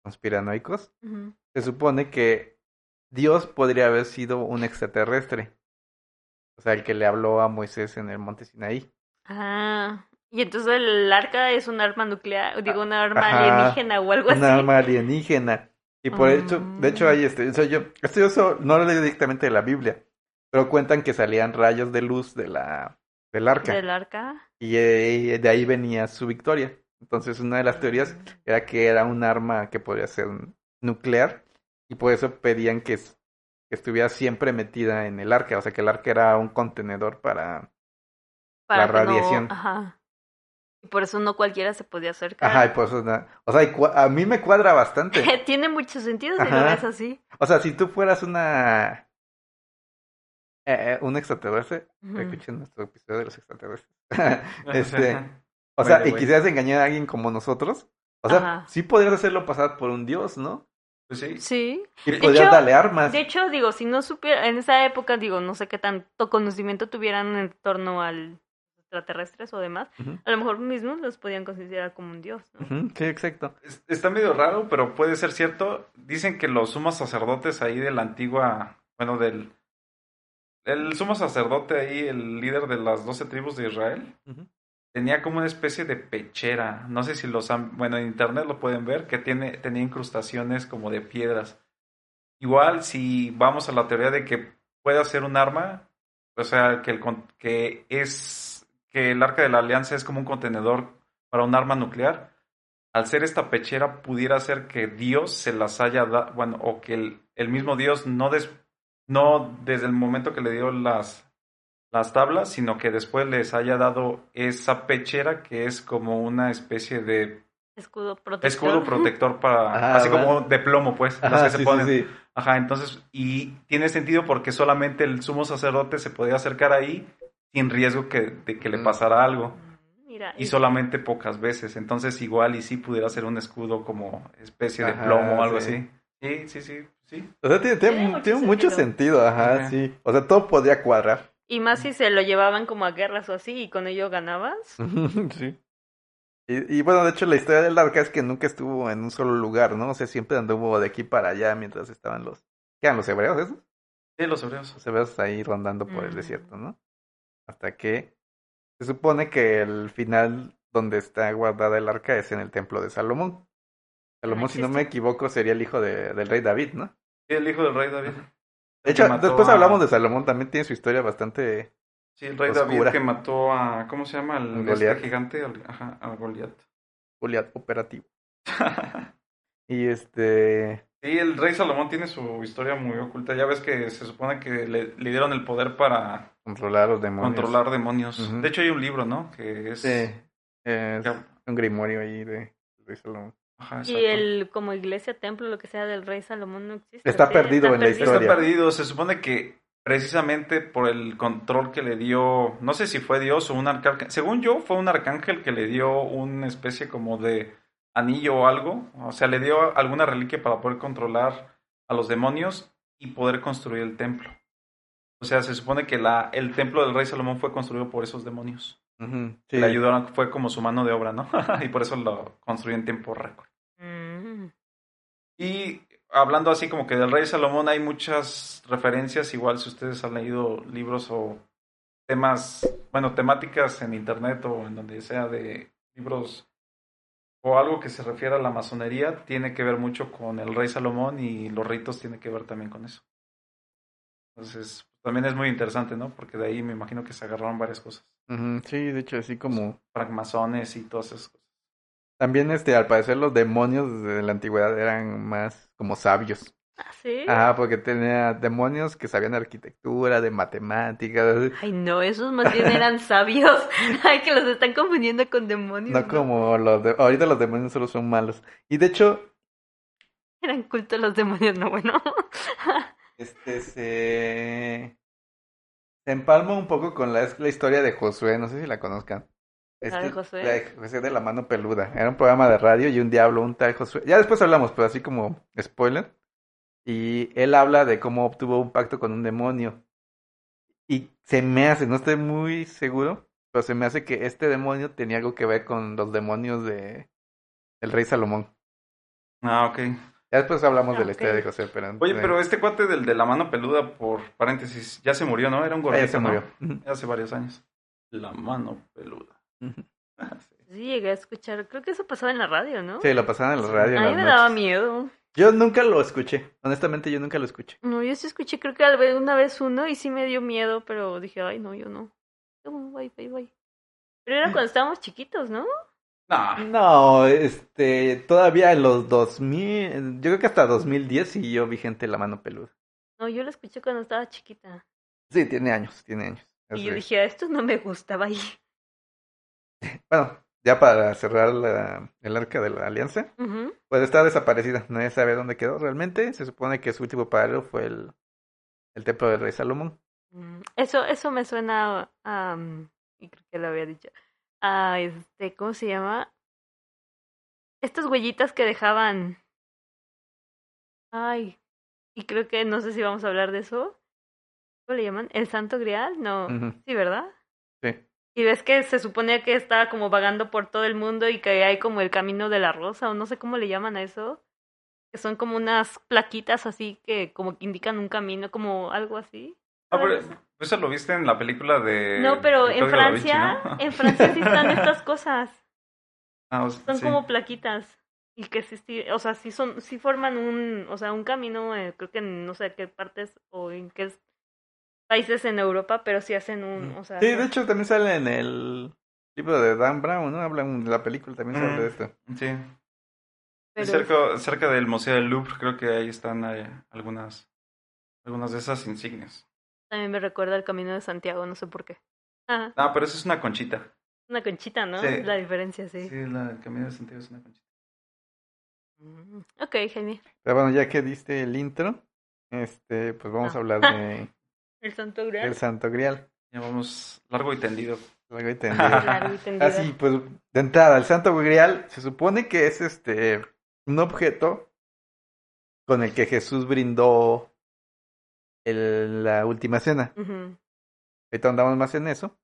conspiranoicos, Ujú. se supone que Dios podría haber sido un extraterrestre. O sea, el que le habló a Moisés en el monte Sinaí. Ah, y entonces el arca es un arma nuclear, digo, una arma Ah, Ajá. alienígena o algo un así. arma alienígena. Y por hecho, de hecho Ah. hay este, o sea, yo, esto yo so- no lo leo directamente de la Biblia, pero cuentan que salían rayos de luz de la, del arca Del arca. y eh, de ahí venía su victoria. Entonces una de las teorías Mm. era que era un arma que podría ser nuclear y por eso pedían que, es- que estuviera siempre metida en el arca, o sea que el arca era un contenedor para... Para la que no- radiación. Ajá. Y por eso no cualquiera se podía acercar. Ajá, y por eso... na- O sea, y cua- a mí me cuadra bastante. Tiene mucho sentido si lo Ajá. ves así. O sea, si tú fueras una. eh, eh, un extraterrestre, Ujú. escuchen nuestro episodio de los extraterrestres. este, Ajá. o sea, By the y way. quisieras engañar a alguien como nosotros. O sea, Ajá. sí podrías hacerlo pasar por un dios, ¿no? Pues sí. Sí. Y De podrías hecho- darle armas. De hecho, digo, si no supiera, en esa época, digo, no sé qué tanto conocimiento tuvieran en torno al extraterrestres o demás, Ujú, a lo mejor mismos los podían considerar como un dios, ¿no? ujú, Sí, exacto. Es- Está medio raro, pero puede ser cierto. Dicen que los sumos sacerdotes ahí de la antigua, bueno, del... El sumo sacerdote ahí, el líder de las doce tribus de Israel, Ujú. tenía como una especie de pechera. No sé si los han... Bueno, en internet lo pueden ver, que tiene, tenía incrustaciones como de piedras. Igual, si vamos a la teoría de que pueda ser un arma, o sea, que, el, con- que es... que el arca de la alianza es como un contenedor para un arma nuclear al ser esta pechera pudiera ser que Dios se las haya dado, bueno, o que el, el mismo Dios no, des- no desde el momento que le dio las, las tablas, sino que después les haya dado esa pechera que es como una especie de Escudo protector. escudo protector para, Ah, así bueno. como de plomo, pues, las Ajá, que sí, se sí, ponen. sí. Ajá, entonces, y tiene sentido porque solamente el sumo sacerdote se podía acercar ahí sin riesgo que, de que le Mm. pasara algo Mm, Mira, y solamente pocas veces. Entonces, igual y sí pudiera ser un escudo como especie de Ajá, plomo o algo sí. así. Sí, sí, sí, sí. O sea, tiene, tiene- Tiene mucho tiene mucho sentido. sentido, ajá, Ajá. sí. O sea, todo podría cuadrar. Y más si se lo llevaban como a guerras o así y con ello ganabas. Ujú, sí. Y, y bueno, de hecho, la historia del arca es que nunca estuvo en un solo lugar, ¿no? O sea, siempre anduvo de aquí para allá mientras estaban los. ¿Qué eran los hebreos esos? Sí, los hebreos. Los hebreos ahí rondando por el Mm. desierto, ¿no? Hasta que se supone que el final donde está guardada el arca es en el templo de Salomón. Ah, Salomón, si no me existe. equivoco, sería el hijo de- del rey David, ¿no? Sí, el hijo del rey David. De que hecho, mató después a- hablamos de Salomón, también tiene su historia bastante... Sí, el rey Oscura. David que mató a. ¿Cómo se llama? Al El Goliat. este gigante. al- ajá, al Goliat. Julián operativo. Y este. Sí, el rey Salomón tiene su historia muy oculta. Ya ves que se supone que le, le dieron el poder para Controlar a los demonios. controlar demonios. Ujú. De hecho, hay un libro, ¿no? Que es. Sí. Es que- un grimorio ahí de, de Salomón. ajá, Y exacto. el, como iglesia, templo, lo que sea del rey Salomón no existe. Está sí, perdido en la perdido. historia. Está perdido. Se supone que precisamente por el control que le dio, no sé si fue Dios o un arcángel. Según yo, fue un arcángel que le dio una especie como de anillo o algo. O sea, le dio alguna reliquia para poder controlar a los demonios y poder construir el templo. O sea, se supone que la, el templo del rey Salomón fue construido por esos demonios. Ujú, sí. Le ayudaron, fue como su mano de obra, ¿no? y por eso lo construyó en tiempo récord. Mm. Y hablando así como que del rey Salomón hay muchas referencias, igual si ustedes han leído libros o temas, bueno, temáticas en internet o en donde sea de libros o algo que se refiera a la masonería, tiene que ver mucho con el rey Salomón y los ritos tiene que ver también con eso. Entonces, también es muy interesante, ¿no? Porque de ahí me imagino que se agarraron varias cosas, Ujú, sí, de hecho, así como. francmasones y todas esas cosas. También, este, al parecer, los demonios de la antigüedad eran más como sabios. ¿Ah, sí? Ajá, porque tenía demonios que sabían de arquitectura, de matemáticas. Ay, no, esos más bien eran sabios. Ay, que los están confundiendo con demonios. No como los de. Ahorita los demonios solo son malos. Y de hecho, Eran cultos los demonios, no, bueno. Este se... se empalma un poco con la, es la historia de Josué, no sé si la conozcan. ¿La de Este- Josué? La de Josué de la mano peluda. Era un programa de radio y un diablo, un tal Josué. Ya después hablamos, pero así como spoiler. Y él habla de cómo obtuvo un pacto con un demonio. Y se me hace, no estoy muy seguro, pero se me hace que este demonio tenía algo que ver con los demonios de del rey Salomón. Ah, ok. Ya después hablamos Ah, de la ok. historia de Josué, pero Oye, pero este cuate del de la mano peluda, por paréntesis, ya se murió, ¿no? Era un Ah, gordito, ya se ¿no? murió. Hace varios años. La mano peluda. Ujú. Sí, llegué a escuchar. Creo que eso pasaba en la radio, ¿no? Sí, lo pasaban en la radio. en A mí las me daba noches. miedo. Yo nunca lo escuché. Honestamente, yo nunca lo escuché. No, yo sí escuché, creo que al ver una vez uno y sí me dio miedo, pero dije, ay, no, yo no. Yo, Bye, bye, bye. Pero Mm. era cuando estábamos chiquitos, ¿no? Nah, No, este, todavía en los 2000, yo creo que hasta 2010 siguió vigente la mano peluda. No, yo lo escuché cuando estaba chiquita. Sí, tiene años, tiene años. Y yo Así. dije, "Ah, esto no me gustaba ahí. Bueno, ya para cerrar la- el arca de la alianza, Ujú. pues está desaparecida. Nadie sabe dónde quedó realmente. Se supone que su último paradero fue el, el templo del rey Salomón. Mm, Eso, eso me suena a, um, y creo que lo había dicho, a este, ¿cómo se llama? Estas huellitas que dejaban. Ay, y creo que no sé si vamos a hablar de eso. ¿Cómo le llaman? ¿El Santo Grial? No. Mm, Ujú, Sí, ¿verdad? sí. Y ves que se supone que está como vagando por todo el mundo y que hay como el camino de la rosa o no sé cómo le llaman a eso. Que son como unas plaquitas así que como que indican un camino, como algo así. Ah, pero eso lo viste en la película de. No, pero de en Código Da Vinci, Francia, ¿no? en Francia sí están estas cosas. Ah, o sea, Son sí. como plaquitas. Y que sí, sí, o sea, sí son, sí forman un, o sea, un camino, eh, creo que en no sé qué partes o en qué países en Europa, pero sí hacen Mm. un, o sea, Sí, de hecho también sale en el libro de Dan Brown, ¿no? Habla en la película, también sale Mm. de esto. Sí. pero- Cerca, cerca del Museo del Louvre, creo que ahí están eh, algunas, algunas de esas insignias. También me recuerda al Camino de Santiago, no sé por qué. Ah, Ah, pero eso es una conchita. una conchita, ¿no? Sí. La diferencia, sí. Sí, la, el camino de Santiago es una conchita. Mm, Ok, Jaime. Pero bueno, ya que diste el intro, este, pues vamos a Ah. hablar de El Santo Grial. el Santo Grial. Ya vamos largo y tendido. Luego ahí tendré- Claro, y tendido. Ah, sí, pues de entrada, el Santo Grial se supone que es este un objeto con el que Jesús brindó el- la última cena. Ujú. Ahorita andamos más en eso.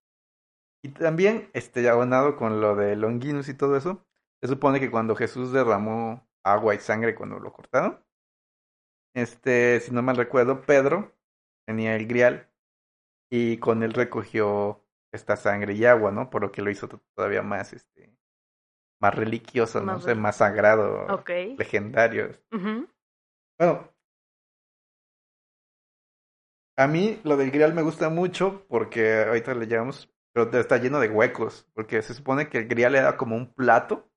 Y también, este, abonado con lo de Longinus y todo eso, se supone que cuando Jesús derramó agua y sangre cuando lo cortaron, este, si no mal recuerdo, Pedro tenía el grial y con él recogió esta sangre y agua, ¿no? Por lo que lo hizo to- todavía más, este, más religioso, ¿no? Más O sea, relig- más sagrado, Ok. legendario. Ujú. Bueno, a mí lo del grial me gusta mucho porque ahorita le llamamos, pero te- está lleno de huecos, porque se supone que el grial era como un plato,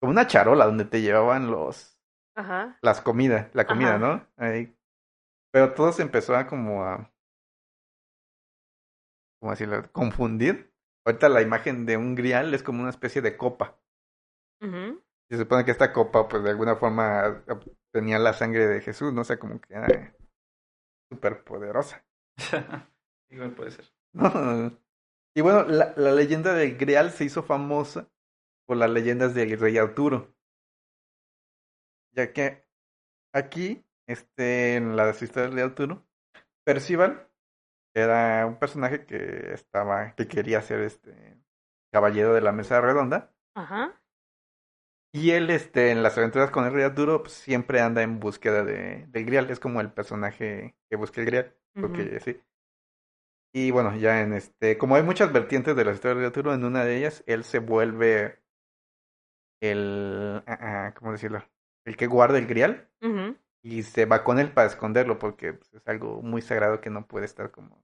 como una charola donde te llevaban los Ajá. las comidas, la comida, Ajá. ¿no? Ahí. Pero todo se empezó a como a ¿cómo decirlo? confundir. Ahorita la imagen de un grial es como una especie de copa. Ujú. Se supone que esta copa, pues de alguna forma tenía la sangre de Jesús, ¿no? O sea, como que era súper poderosa. Igual puede ser. Y bueno, la, la leyenda del Grial se hizo famosa por las leyendas del rey Arturo. Ya que aquí, este, en las historias de Arturo, Percival era un personaje que estaba, que quería ser este caballero de la mesa redonda. Ajá. Y él, este, en las aventuras con el rey Arturo, pues, siempre anda en búsqueda de, del Grial. Es como el personaje que busca el Grial. Porque Ujú. sí. Y bueno, ya en este. Como hay muchas vertientes de la historia de Arturo, en una de ellas, él se vuelve el. ah, ah, ¿Cómo decirlo? El que guarda el Grial. Ujú. Y se va con él para esconderlo, porque pues, es algo muy sagrado que no puede estar como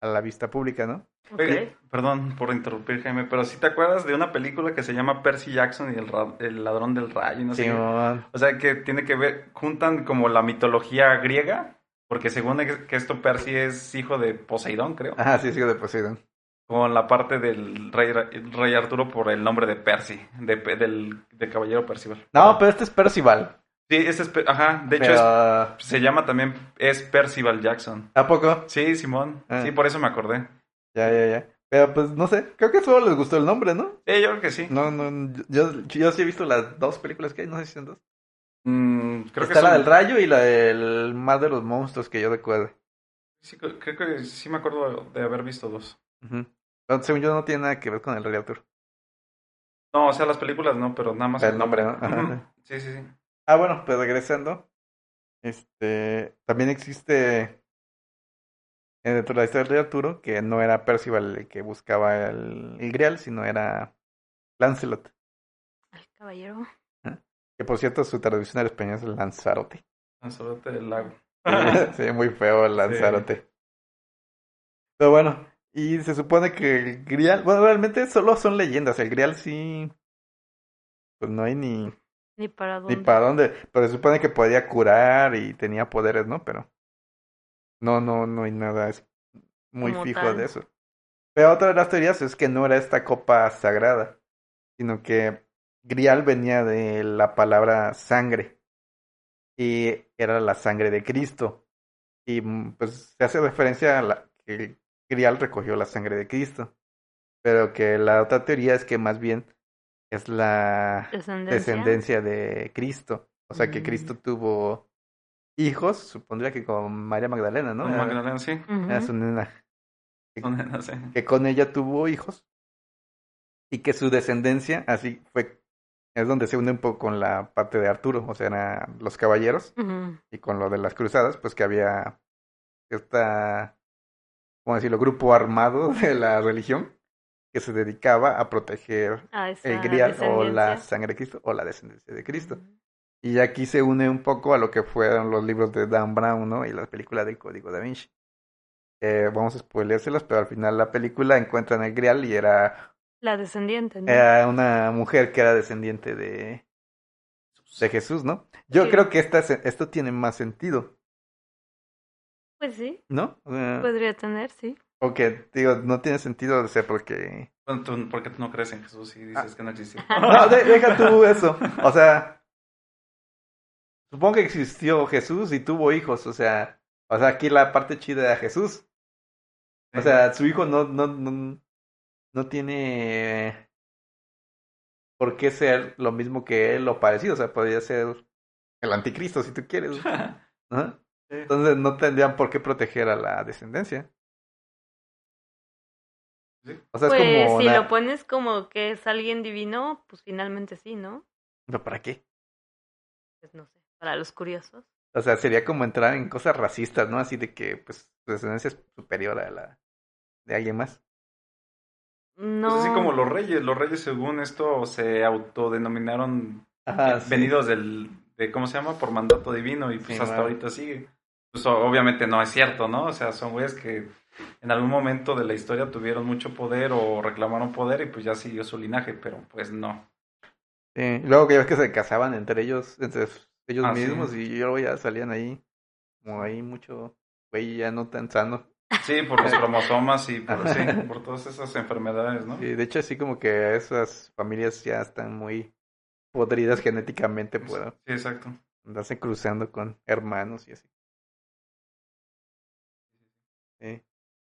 a la vista pública, ¿no? Oye, Ok. Eh, Perdón por interrumpir, Jaime, pero si te acuerdas de una película que se llama Percy Jackson y el, ra- el ladrón del rayo, y no sé. qué? Simón. O sea, que tiene que ver, juntan como la mitología griega, porque según es- que esto Percy es hijo de Poseidón, creo, Ajá, ah, sí, sí, de Poseidón. con la parte del rey, Ra- el rey Arturo por el nombre de Percy, de, pe- del, de caballero Percival. No, pero este es Percival. Sí, ese es, Pe- ajá, de hecho Pero, es- se llama también, es Percival Jackson. ¿A poco? Sí, Simón, Ah. sí, por eso me acordé. Ya, ya, ya. Pero pues no sé, creo que solo les gustó el nombre, ¿no? Sí, yo creo que sí. No, no, yo, yo, yo sí he visto las dos películas que hay, no sé si son dos. Mm, creo Está que la son- del rayo y la del mar de los monstruos que yo recuerdo. Sí, creo creo que sí me acuerdo de haber visto dos. Ujú. Pero según yo no tiene nada que ver con el Rey Arturo. No, o sea, las películas no, pero nada más El nombre, ¿no? Ajá. Ujú. Sí, sí, sí. Ah, bueno, pues regresando. Este, también existe eh, dentro de la historia del Rey Arturo que no era Percival el que buscaba el, el Grial, sino era Lancelot. Ay, caballero. Que por cierto su traducción al español es Lanzarote. Lanzarote del lago. Sí, muy feo el Lanzarote. Pero bueno, y se supone que el Grial, bueno, realmente solo son leyendas, el Grial sí, pues no hay ni, Ni para ni dónde. para dónde, pero se supone que podía curar y tenía poderes, ¿no? Pero no, no, no hay nada es muy Como fijo tal. de eso. Pero otra de las teorías es que no era esta copa sagrada, sino que Grial venía de la palabra sangre y era la sangre de Cristo. Y mm, pues se hace referencia a la, que el Grial recogió la sangre de Cristo. Pero que la otra teoría es que más bien es la Descendencia. descendencia de Cristo. O sea que Cristo tuvo hijos, supondría que con María Magdalena, ¿no? Con Era- Magdalena, sí. Ujú. era su nena Con nena, sí. que con ella tuvo hijos y que su descendencia así fue es donde se une un poco con la parte de Arturo, o sea, eran los caballeros Ujú. y con lo de las cruzadas, pues que había esta ¿cómo decirlo? grupo armado de la religión que se dedicaba a proteger A el esa grial o la Ah, descendencia. sangre de Cristo o la descendencia de Cristo. Ujú. Y aquí se une un poco a lo que fueron los libros de Dan Brown, ¿no? Y las películas del Código da Vinci. Eh, vamos a spoileárselas, pero al final la película encuentran el Grial y era, La descendiente, ¿no? era una mujer que era descendiente de, de Jesús, ¿no? Yo Sí. creo que esta, se- esto tiene más sentido, Pues sí, ¿no? O sea, podría tener, sí. Porque, digo, no tiene sentido, o sea, porque... Bueno, tú- ¿Por qué tú no crees en Jesús y dices Ah. que no existió? No, de- deja tú eso. O sea, supongo que existió Jesús y tuvo hijos, o sea, o sea, aquí la parte chida era Jesús. O sea, su hijo no, no, no, no tiene por qué ser lo mismo que él o parecido. O sea, podría ser el anticristo, si tú quieres. ¿no? Entonces no tendrían por qué proteger a la descendencia. O sea, pues es como. si la- lo pones como que es alguien divino, pues finalmente sí, ¿no? ¿Pero ¿Para qué? Pues no sé, para los curiosos. O sea, sería como entrar en cosas racistas, ¿no? Así de que, pues, su descendencia es superior a la de alguien más. No. Pues así como los reyes. Los reyes, según esto, se autodenominaron Ajá, Ah, sí. venidos del. De, ¿Cómo se llama? Por mandato divino. Y pues Sí, hasta madre. ahorita sigue. Pues o- obviamente no es cierto, ¿no? O sea, son güeyes que en algún momento de la historia tuvieron mucho poder o reclamaron poder y pues ya siguió su linaje, pero pues no. Sí, y Luego que ves que se casaban entre ellos, entre ellos Ah, sí. mismos, y luego ya salían ahí, como ahí mucho, güey, ya no tan sano. Sí, por los cromosomas y por, sí, Ajá. por todas esas enfermedades, ¿no? Y de hecho, así como que esas familias ya están muy podridas genéticamente Pues por Sí, exacto. andarse cruzando con hermanos y así. Sí.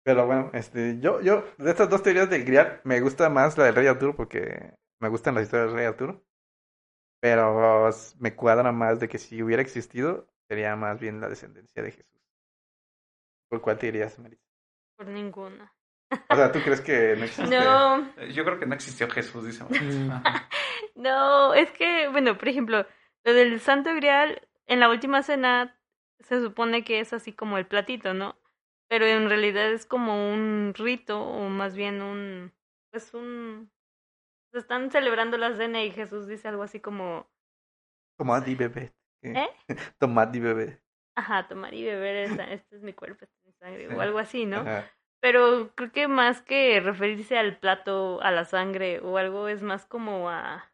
Pero bueno, este, yo, yo, de estas dos teorías del Grial, me gusta más la del Rey Arturo porque me gustan las historias del Rey Arturo. Pero s- me cuadra más de que si hubiera existido, sería más bien la descendencia de Jesús. ¿Por cuál te dirías, Marita? Por ninguna. O sea, ¿tú crees que no existe? No, Eh, Yo creo que no existió Jesús, dice. Mm. Ajá. no, es que, bueno, por ejemplo, lo del Santo Grial, en la última cena se supone que es así como el platito, ¿no? Pero en realidad es como un rito, o más bien un, pues un, se están celebrando las cena y Jesús dice algo así como, Tomad y bebé. ¿Eh? Tomad y bebé. ajá, tomar y beber, esta- este es mi cuerpo, esta es mi sangre, Sí. o algo así, ¿no? Ajá. Pero creo que más que referirse al plato, a la sangre o algo, es más como a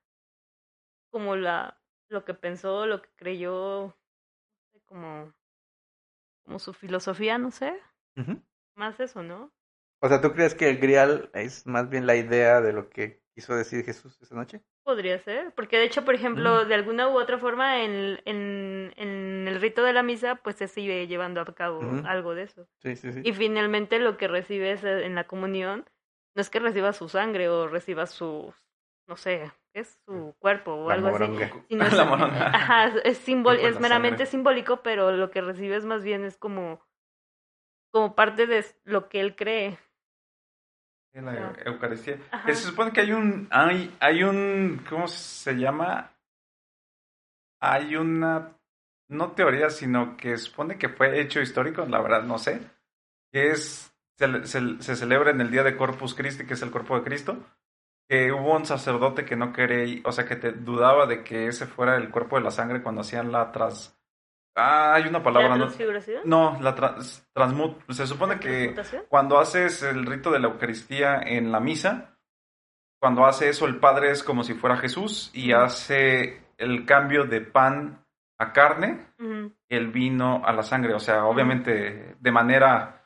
como la lo que pensó, lo que creyó, no sé, como como su filosofía, no sé, Ujú. más eso, ¿no? O sea, ¿tú crees que el grial es más bien la idea de lo que quiso decir Jesús esa noche? Podría ser, porque de hecho, por ejemplo, de alguna u otra forma en, en, en el rito de la misa, pues se sigue llevando a cabo Ujú. algo de eso. Sí, sí, sí. Y finalmente lo que recibes eh, en la comunión no es que recibas su sangre o recibas su, no sé, es su cuerpo o La algo así. moronga. Si no es- La morona. Ajá, es- es, simbol- Cuerpo en es la meramente sangre. simbólico, pero lo que recibes más bien es como, como parte de lo que él cree. En la Ajá. Eucaristía. Ajá. Que se supone que hay un, hay, hay un, ¿cómo se llama? Hay una, no teoría, sino que se supone que fue hecho histórico, la verdad no sé, que es, se, le- se- se celebra en el día de Corpus Christi, que es el cuerpo de Cristo, que hubo un sacerdote que no quería, o sea, que te dudaba de que ese fuera el cuerpo de la sangre cuando hacían la tras... Ah, hay una palabra, ¿La no, transfiguración? no, la trans, transmut, se supone que ¿Transmutación? cuando haces el rito de la Eucaristía en la misa, cuando hace eso el Padre es como si fuera Jesús y Ujú. hace el cambio de pan a carne, Ujú. el vino a la sangre, o sea, obviamente de manera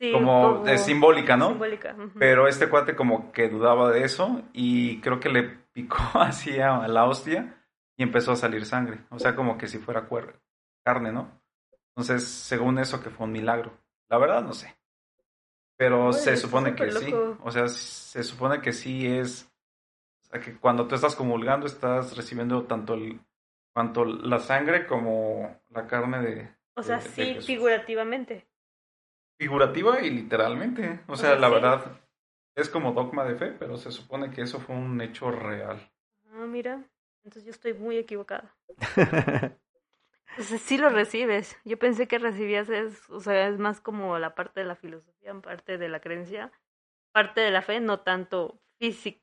Sí, como, eh, simbólica, ¿no? simbólica, ujú. Pero este cuate como que dudaba de eso y creo que le picó así a la hostia y empezó a salir sangre, o sea, como que si fuera cuer- carne, ¿no? Entonces, según eso que fue un milagro. La verdad no sé. Pero Órale, se está supone que súper sí, loco. o sea, se supone que sí es o sea, que cuando tú estás comulgando estás recibiendo tanto el tanto la sangre como la carne de o sea, de- de sí, Jesús. figurativamente. figurativa y literalmente. O sea, sea, la sí. verdad es como dogma de fe, pero se supone que eso fue un hecho real. Ah, mira, entonces yo estoy muy equivocada. Pues sí lo recibes. Yo pensé que recibías es, o sea, es más como la parte de la filosofía, parte de la creencia, parte de la fe, no tanto físic-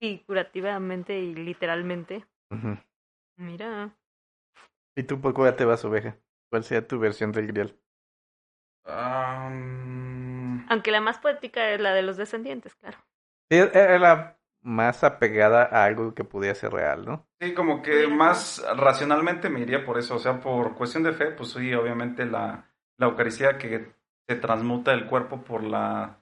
figurativamente y literalmente. Ujú. Mira, ¿Y tú por cuál te vas, oveja? ¿Cuál sea tu versión del grial? Am, aunque la más poética es la de los descendientes, claro. Sí, e- era la más apegada a algo que pudiera ser real, ¿no? sí, como que Pudiera más racionalmente me iría por eso. O sea, por cuestión de fe, pues sí, obviamente la, la Eucaristía que se transmuta el cuerpo por la...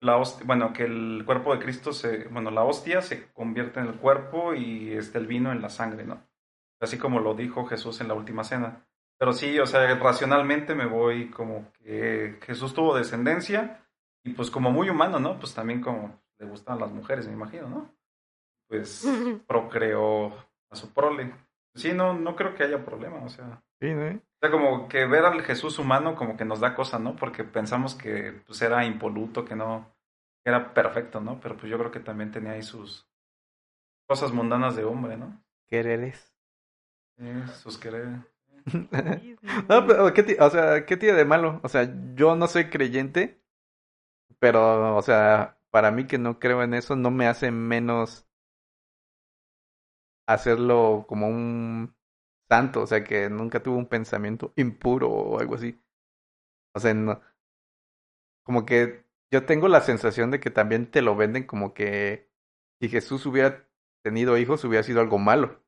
La hostia, bueno, que el cuerpo de Cristo se, bueno, la hostia se convierte en el cuerpo y este el vino en la sangre, ¿no? Así como lo dijo Jesús en la última cena. Pero sí, o sea, racionalmente me voy como que Jesús tuvo descendencia y pues como muy humano, ¿no? Pues también como le gustan las mujeres, me imagino, ¿no? Pues procreó a su prole. Sí, no, no creo que haya problema, o sea. Sí, ¿no? O sea, como que ver al Jesús humano como que nos da cosa, ¿no? Porque pensamos que pues era impoluto, que no, era perfecto, ¿no? Pero pues yo creo que también tenía ahí sus cosas mundanas de hombre, ¿no? Quereres. Eh, sus quereres. No, pero ¿qué ti- o sea, ¿qué tiene de malo? O sea, yo no soy creyente, pero, o sea, para mí que no creo en eso, no me hace menos hacerlo como un santo, o sea, que nunca tuvo un pensamiento impuro o algo así. O sea, no- como que yo tengo la sensación de que también te lo venden como que si Jesús hubiera tenido hijos, hubiera sido algo malo.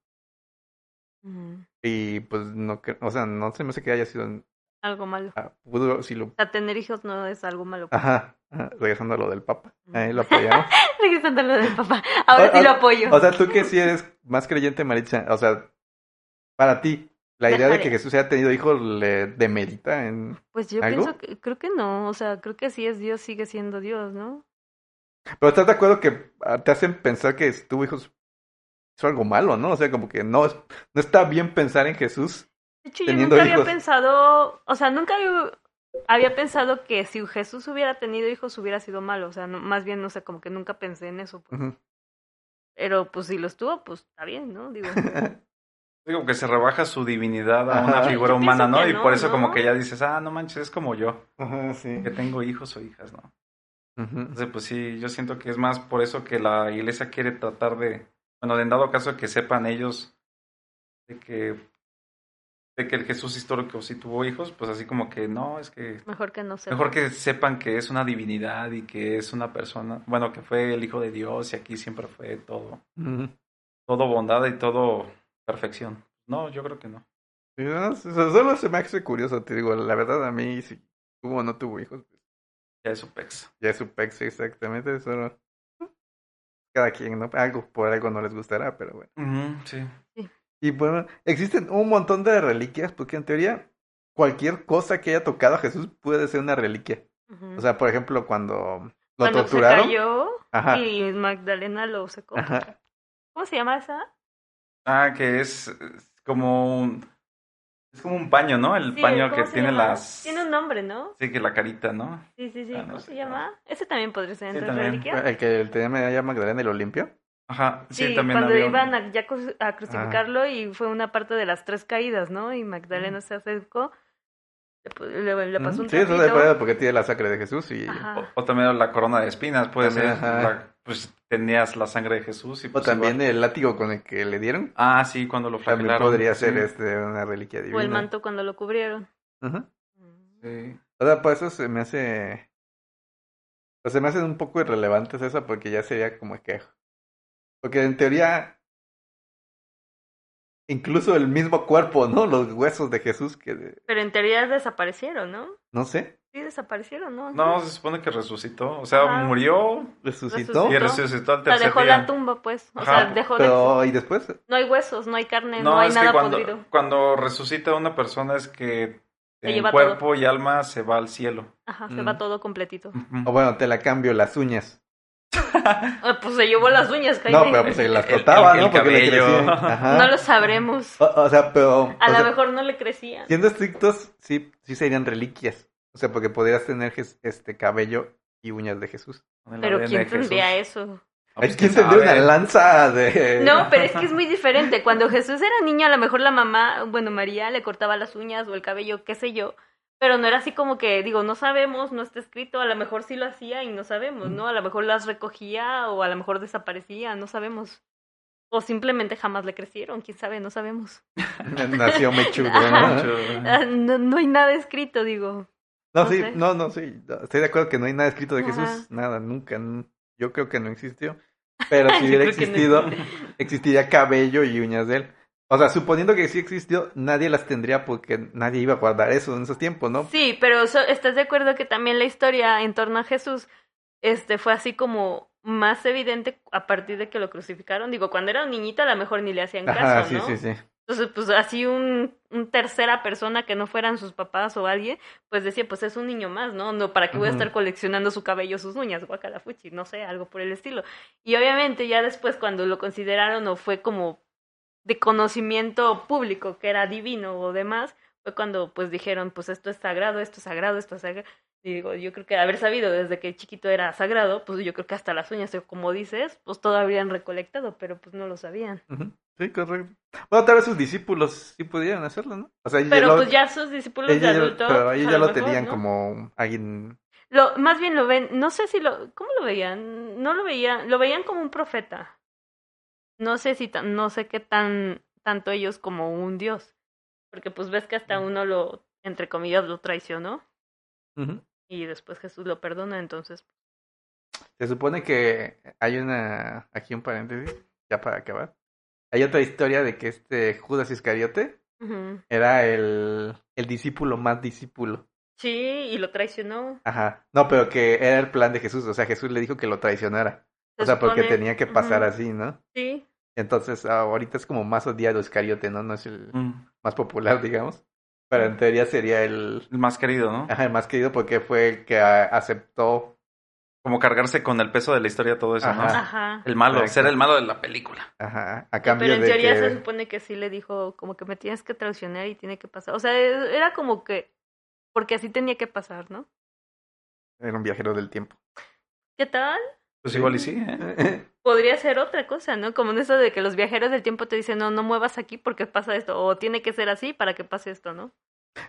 Mm, Y pues no, cre- o sea, no se me hace que haya sido Algo malo. Ah, pudo, si lo... O sea, tener hijos no es algo malo. Ajá, ajá, regresando a lo del Papa. Ahí lo apoyamos. Regresando a lo del papá. Ahora sí O- lo apoyo. O sea, tú que sí eres más creyente, Maritza, o sea, para ti, la idea de que Déjale. Jesús haya tenido hijos le demerita en... pues yo ¿algo? pienso que, creo que no. O sea, creo que si es Dios, sigue siendo Dios, ¿no? Pero estás de acuerdo que ah, te hacen pensar que tuvo hijos hizo algo malo, ¿no? O sea, como que no, es- no está bien pensar en Jesús. De hecho, Teniendo yo nunca hijos. había pensado, o sea, nunca había, había pensado que si Jesús hubiera tenido hijos hubiera sido malo, o sea, no- más bien, no sé, como que nunca pensé en eso. pues. Ujú. Pero pues si los tuvo, pues está bien, ¿no? Digo, Digo que se rebaja su divinidad a una Ajá. figura Yo humana, pienso ¿no? que Y no, por eso ¿no? como que ya dices, ah, no manches, es como yo, Ajá, sí. que tengo hijos o hijas, ¿no? Ujú. Entonces, pues sí, yo siento que es más por eso que la iglesia quiere tratar de, bueno, en dado caso que sepan ellos de que, de que el Jesús histórico sí tuvo hijos, pues así como que no, es que mejor que no se mejor que sepan que es una divinidad y que es una persona, bueno, que fue el Hijo de Dios y aquí siempre fue todo, Ujú. todo bondad y todo perfección. No, yo creo que no. Y no, o sea, Solo se me hace curioso, te digo, la verdad a mí, si tuvo o no tuvo hijos, Ya es su pex. Ya es su pex, sí, exactamente. Solo. Cada quien, ¿no? Algo, por algo no les gustará, pero bueno. Ujú, sí. Y bueno, existen un montón de reliquias, porque en teoría, cualquier cosa que haya tocado a Jesús puede ser una reliquia. Ujú. O sea, por ejemplo, cuando lo Cuando se torturaron. cayó ajá, y Magdalena lo secó. ajá. ¿Cómo se llama esa? Ah, que es, es como un, es como un paño, ¿no? El Sí, paño ¿cómo que se tiene llama? las Tiene un nombre, ¿no? Sí, que la carita, ¿no? Sí, sí, sí. Ah, no ¿Cómo sé, se no. llama? Ese también podría ser Sí, entre también. reliquia. El que tenía medalla Magdalena y lo limpió. Ajá, sí, Sí, también cuando había un- iban a, ya cru- a crucificarlo y fue una parte de las tres caídas, ¿no? Y Magdalena se acercó, le pu- le, le pasó Ujú. un Mm, Sí, eso se trapito. puede porque tiene la sangre de Jesús y. Ajá. o, o también la corona de espinas, puede También, ser, ajá. la- pues tenías la sangre de Jesús y O pues también igual- el látigo con el que le dieron. Ah, sí, cuando lo flagelaron. También podría ser sí, este, una reliquia divina. O el manto cuando lo cubrieron. Ajá. sí. O sea, por eso se me hace. O se me hacen un poco irrelevantes eso porque ya sería como que. Porque en teoría. Incluso el mismo cuerpo, ¿no? Los huesos de Jesús que. Pero en teoría desaparecieron, ¿no? No sé. Sí, desaparecieron, ¿no? No, se supone que resucitó, o sea, Ajá. murió Resucitó. y Resucitó. resucitó al O sea, tercer dejó día. Ah. la tumba, pues. O Ajá, sea, dejó de existir. Pero. ¿Y después? No hay huesos, no hay carne, no, No, hay es que nada cuando, podrido. cuando resucita una persona es que Se en lleva cuerpo y alma se va al cielo. Ajá, se Mm. va todo completito. O bueno, te la cambio, las uñas. Ah, pues se llevó las uñas, Jaime. No, pero pues ah. se las El- el- cortaba, el ¿no? Porque le cabello. crecían. Ajá. No lo sabremos. o, o sea, pero. A o lo sea, mejor no le crecían. Siendo estrictos, sí, sí serían reliquias. O sea, porque podrías tener jes- este cabello y uñas de Jesús. con el Pero ADN ¿quién de Jesús. tendría eso? Ah, Hay pues, quien quién tendría una sabe. lanza de... No, pero es que es muy diferente. Cuando Jesús era niño, a lo mejor la mamá, bueno, María le cortaba las uñas o el cabello, qué sé yo. Pero no era así como que, digo, no sabemos, no está escrito, a lo mejor sí lo hacía y no sabemos, ¿no? A lo mejor las recogía o a lo mejor desaparecía, no sabemos. O simplemente jamás le crecieron, quién sabe, no sabemos. Nació mechudo, Ajá. ¿no? Ah, Mucho. No, no hay nada escrito, digo. No, No sí, sé. no, no, sí. no, Estoy de acuerdo que no hay nada escrito de Ajá. Jesús. Nada, nunca. n- Yo creo que no existió. Pero si Yo hubiera creo que no existido, existiría cabello y uñas de él. O sea, suponiendo que sí existió, nadie las tendría porque nadie iba a guardar eso en esos tiempos, ¿no? Sí, pero so- estás de acuerdo que también la historia en torno a Jesús este fue así como más evidente a partir de que lo crucificaron. Digo, cuando era un niñito a lo mejor ni le hacían caso, Ajá, sí, ¿no? sí, sí. Entonces, pues así un, un tercera persona que no fueran sus papás o alguien, pues decía, pues es un niño más, ¿no? No, ¿para qué voy a Ujú. estar coleccionando su cabello, sus uñas, guacalafuchi, no sé, algo por el estilo. Y obviamente ya después cuando lo consideraron o fue como de conocimiento público que era divino o demás, fue cuando pues dijeron, pues esto es sagrado, esto es sagrado, esto es sagrado. Y digo, yo creo que haber sabido desde que chiquito era sagrado, pues yo creo que hasta las uñas, o como dices, pues todo habrían recolectado, pero pues no lo sabían. Ujú. Sí, correcto. Bueno, tal vez sus discípulos sí pudieran hacerlo, ¿no? O sea, ellos Pero lo- pues ya sus discípulos ellos de ya lo- adultos. pero ellos a ya lo mejor, tenían ¿no? como alguien... Lo, más bien lo ven, no sé si lo, ¿cómo lo veían? No lo veían, lo veían como un profeta. No sé si, tan- no sé qué tan, tanto ellos como un dios. Porque pues ves que Mm. hasta uno lo, entre comillas, lo traicionó Ujú. y después Jesús lo perdona, entonces. Se supone que hay una, aquí un paréntesis, ya para acabar. Hay otra historia de que este Judas Iscariote ujú. era el, el discípulo más discípulo. Sí, y lo traicionó. Ajá. No, pero que era el plan de Jesús. O sea, Jesús le dijo que lo traicionara. Se o sea, porque supone- tenía que pasar ujú, así, ¿no? Sí, Entonces, ah, ahorita es como más odiado Iscariote, ¿no? No es el Mm, más popular, digamos. Pero en teoría sería el, El más querido, ¿no? ajá, el más querido porque fue el que a- aceptó. Como cargarse con el peso de la historia todo eso, Ajá. ¿no? ajá. El malo, Exacto. ser el malo de la película. Ajá, a Sí, cambio pero en de teoría que... se supone que sí le dijo como que me tienes que traicionar y tiene que pasar. O sea, e- era como que porque así tenía que pasar, ¿no? Era un viajero del tiempo. ¿Qué tal? Pues Sí. igual y sí, ¿eh? Podría ser otra cosa, ¿no? Como en eso de que los viajeros del tiempo te dicen, no, no muevas aquí porque pasa esto, o tiene que ser así para que pase esto, ¿no?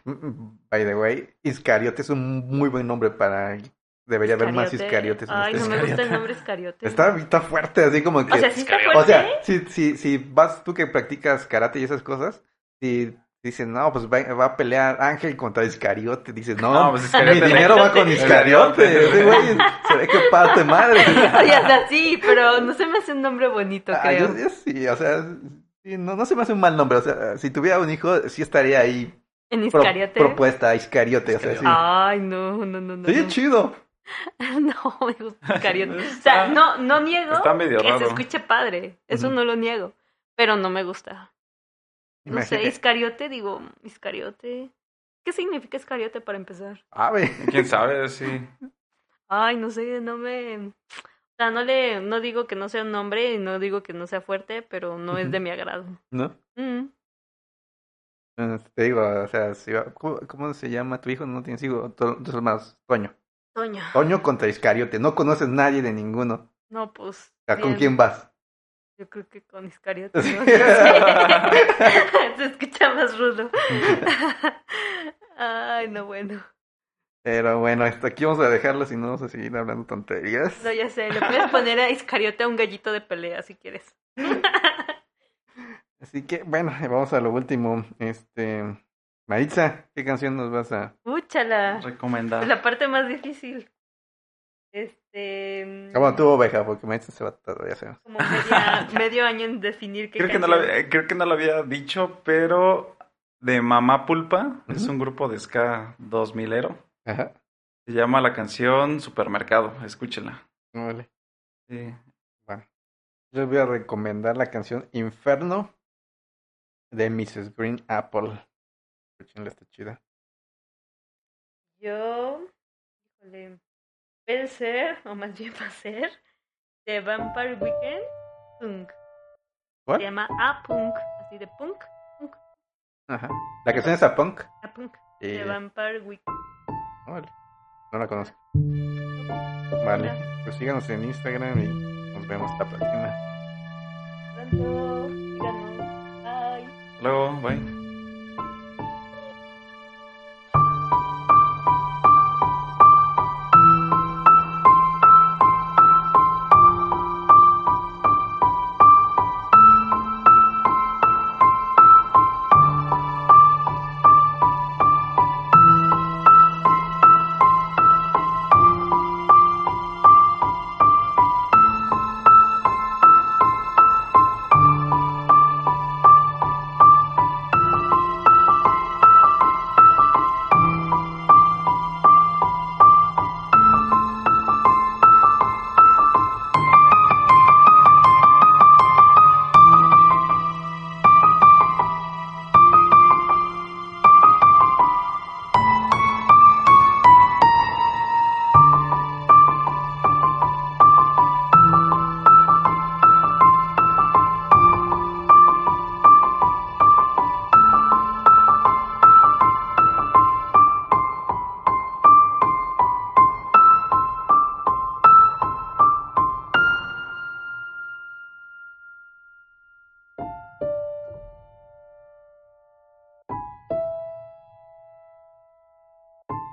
Mm, By the way, Iscariote es un muy buen nombre para alguien. Debería haber más Iscariote. Iscariotes. en Ay, este no me gusta el Iscariote. nombre Iscariote. Está, está fuerte, así como que... O sea, sí está Iscariote. fuerte. O sea, si, si, si vas tú que practicas karate y esas cosas, si dicen, no, pues va, va a pelear Ángel contra Iscariote, dices, no, No, pues mi Iscariote. dinero va con Iscariote. Ese güey se ve que parte madre. Oye, hasta sí, pero no se me hace un nombre bonito, Ah, creo. yo- yo sí, o sea, sí, no, no se me hace un mal nombre. O sea, si tuviera un hijo, sí estaría ahí En pro- Iscariote. propuesta Iscariote. O sea, sí. Ay, no, no, no, no. Oye, no. chido. No, me gusta Iscariote. O sea, Está- no, no niego está medio que se raro. escuche padre. Eso Ujú. no lo niego. Pero no me gusta. No sé, Imagínate. Iscariote, digo, Iscariote. ¿Qué significa Iscariote para empezar? Ave. ¿Quién sabe? Sí. Ay, no sé, no me. O sea, no le, no digo que no sea un nombre y no digo que no sea fuerte, pero no es de Ujú. mi agrado. ¿No? Mm. Eh, Te digo, o sea, si va- ¿cómo, cómo se llama tu hijo? No tienes hijo, to- tus hermanos. Toño. Toño. Toño contra Iscariote. No conoces nadie de ninguno. No, pues. O sea, Ah, ¿con bien. quién vas? Yo creo que con Iscariote. ¿no? No sé. Se escucha más rudo. Ay, no, bueno. Pero bueno, hasta aquí vamos a dejarlo, si no vamos a seguir hablando tonterías. No, ya sé, le puedes poner a Iscariote a un gallito de pelea si quieres. Así que, bueno, vamos a lo último. Este, Maritza, ¿qué canción nos vas a...? Ah. Úchala. Recomendar. La parte más difícil. Este. mm, Ah, bueno, tú, oveja, porque Maritza se va todo, ya sabemos. Como media- medio año en definir qué Creo que, no lo, canción. había- eh, creo que no lo había dicho, pero de Mamá Pulpa es Ujú. un grupo de ska 2000ero. Ajá, Se llama la canción Supermercado. Escúchela. vale. Sí. Bueno, yo voy a recomendar la canción Inferno de Mrs. Green Apple. Escuchenla, está chida. Yo. Híjole. Puede ser, o más bien va a ser, de Vampire Weekend Punk. ¿Cuál? Se llama A Punk. Así de punk. Punk. Ajá. La canción es a punk. A Punk. Y- De Vampire Weekend. Órale. No la conozco. Vale. Pues síganos en Instagram y nos vemos la próxima. Pronto. Díganos. Bye. Luego, bye.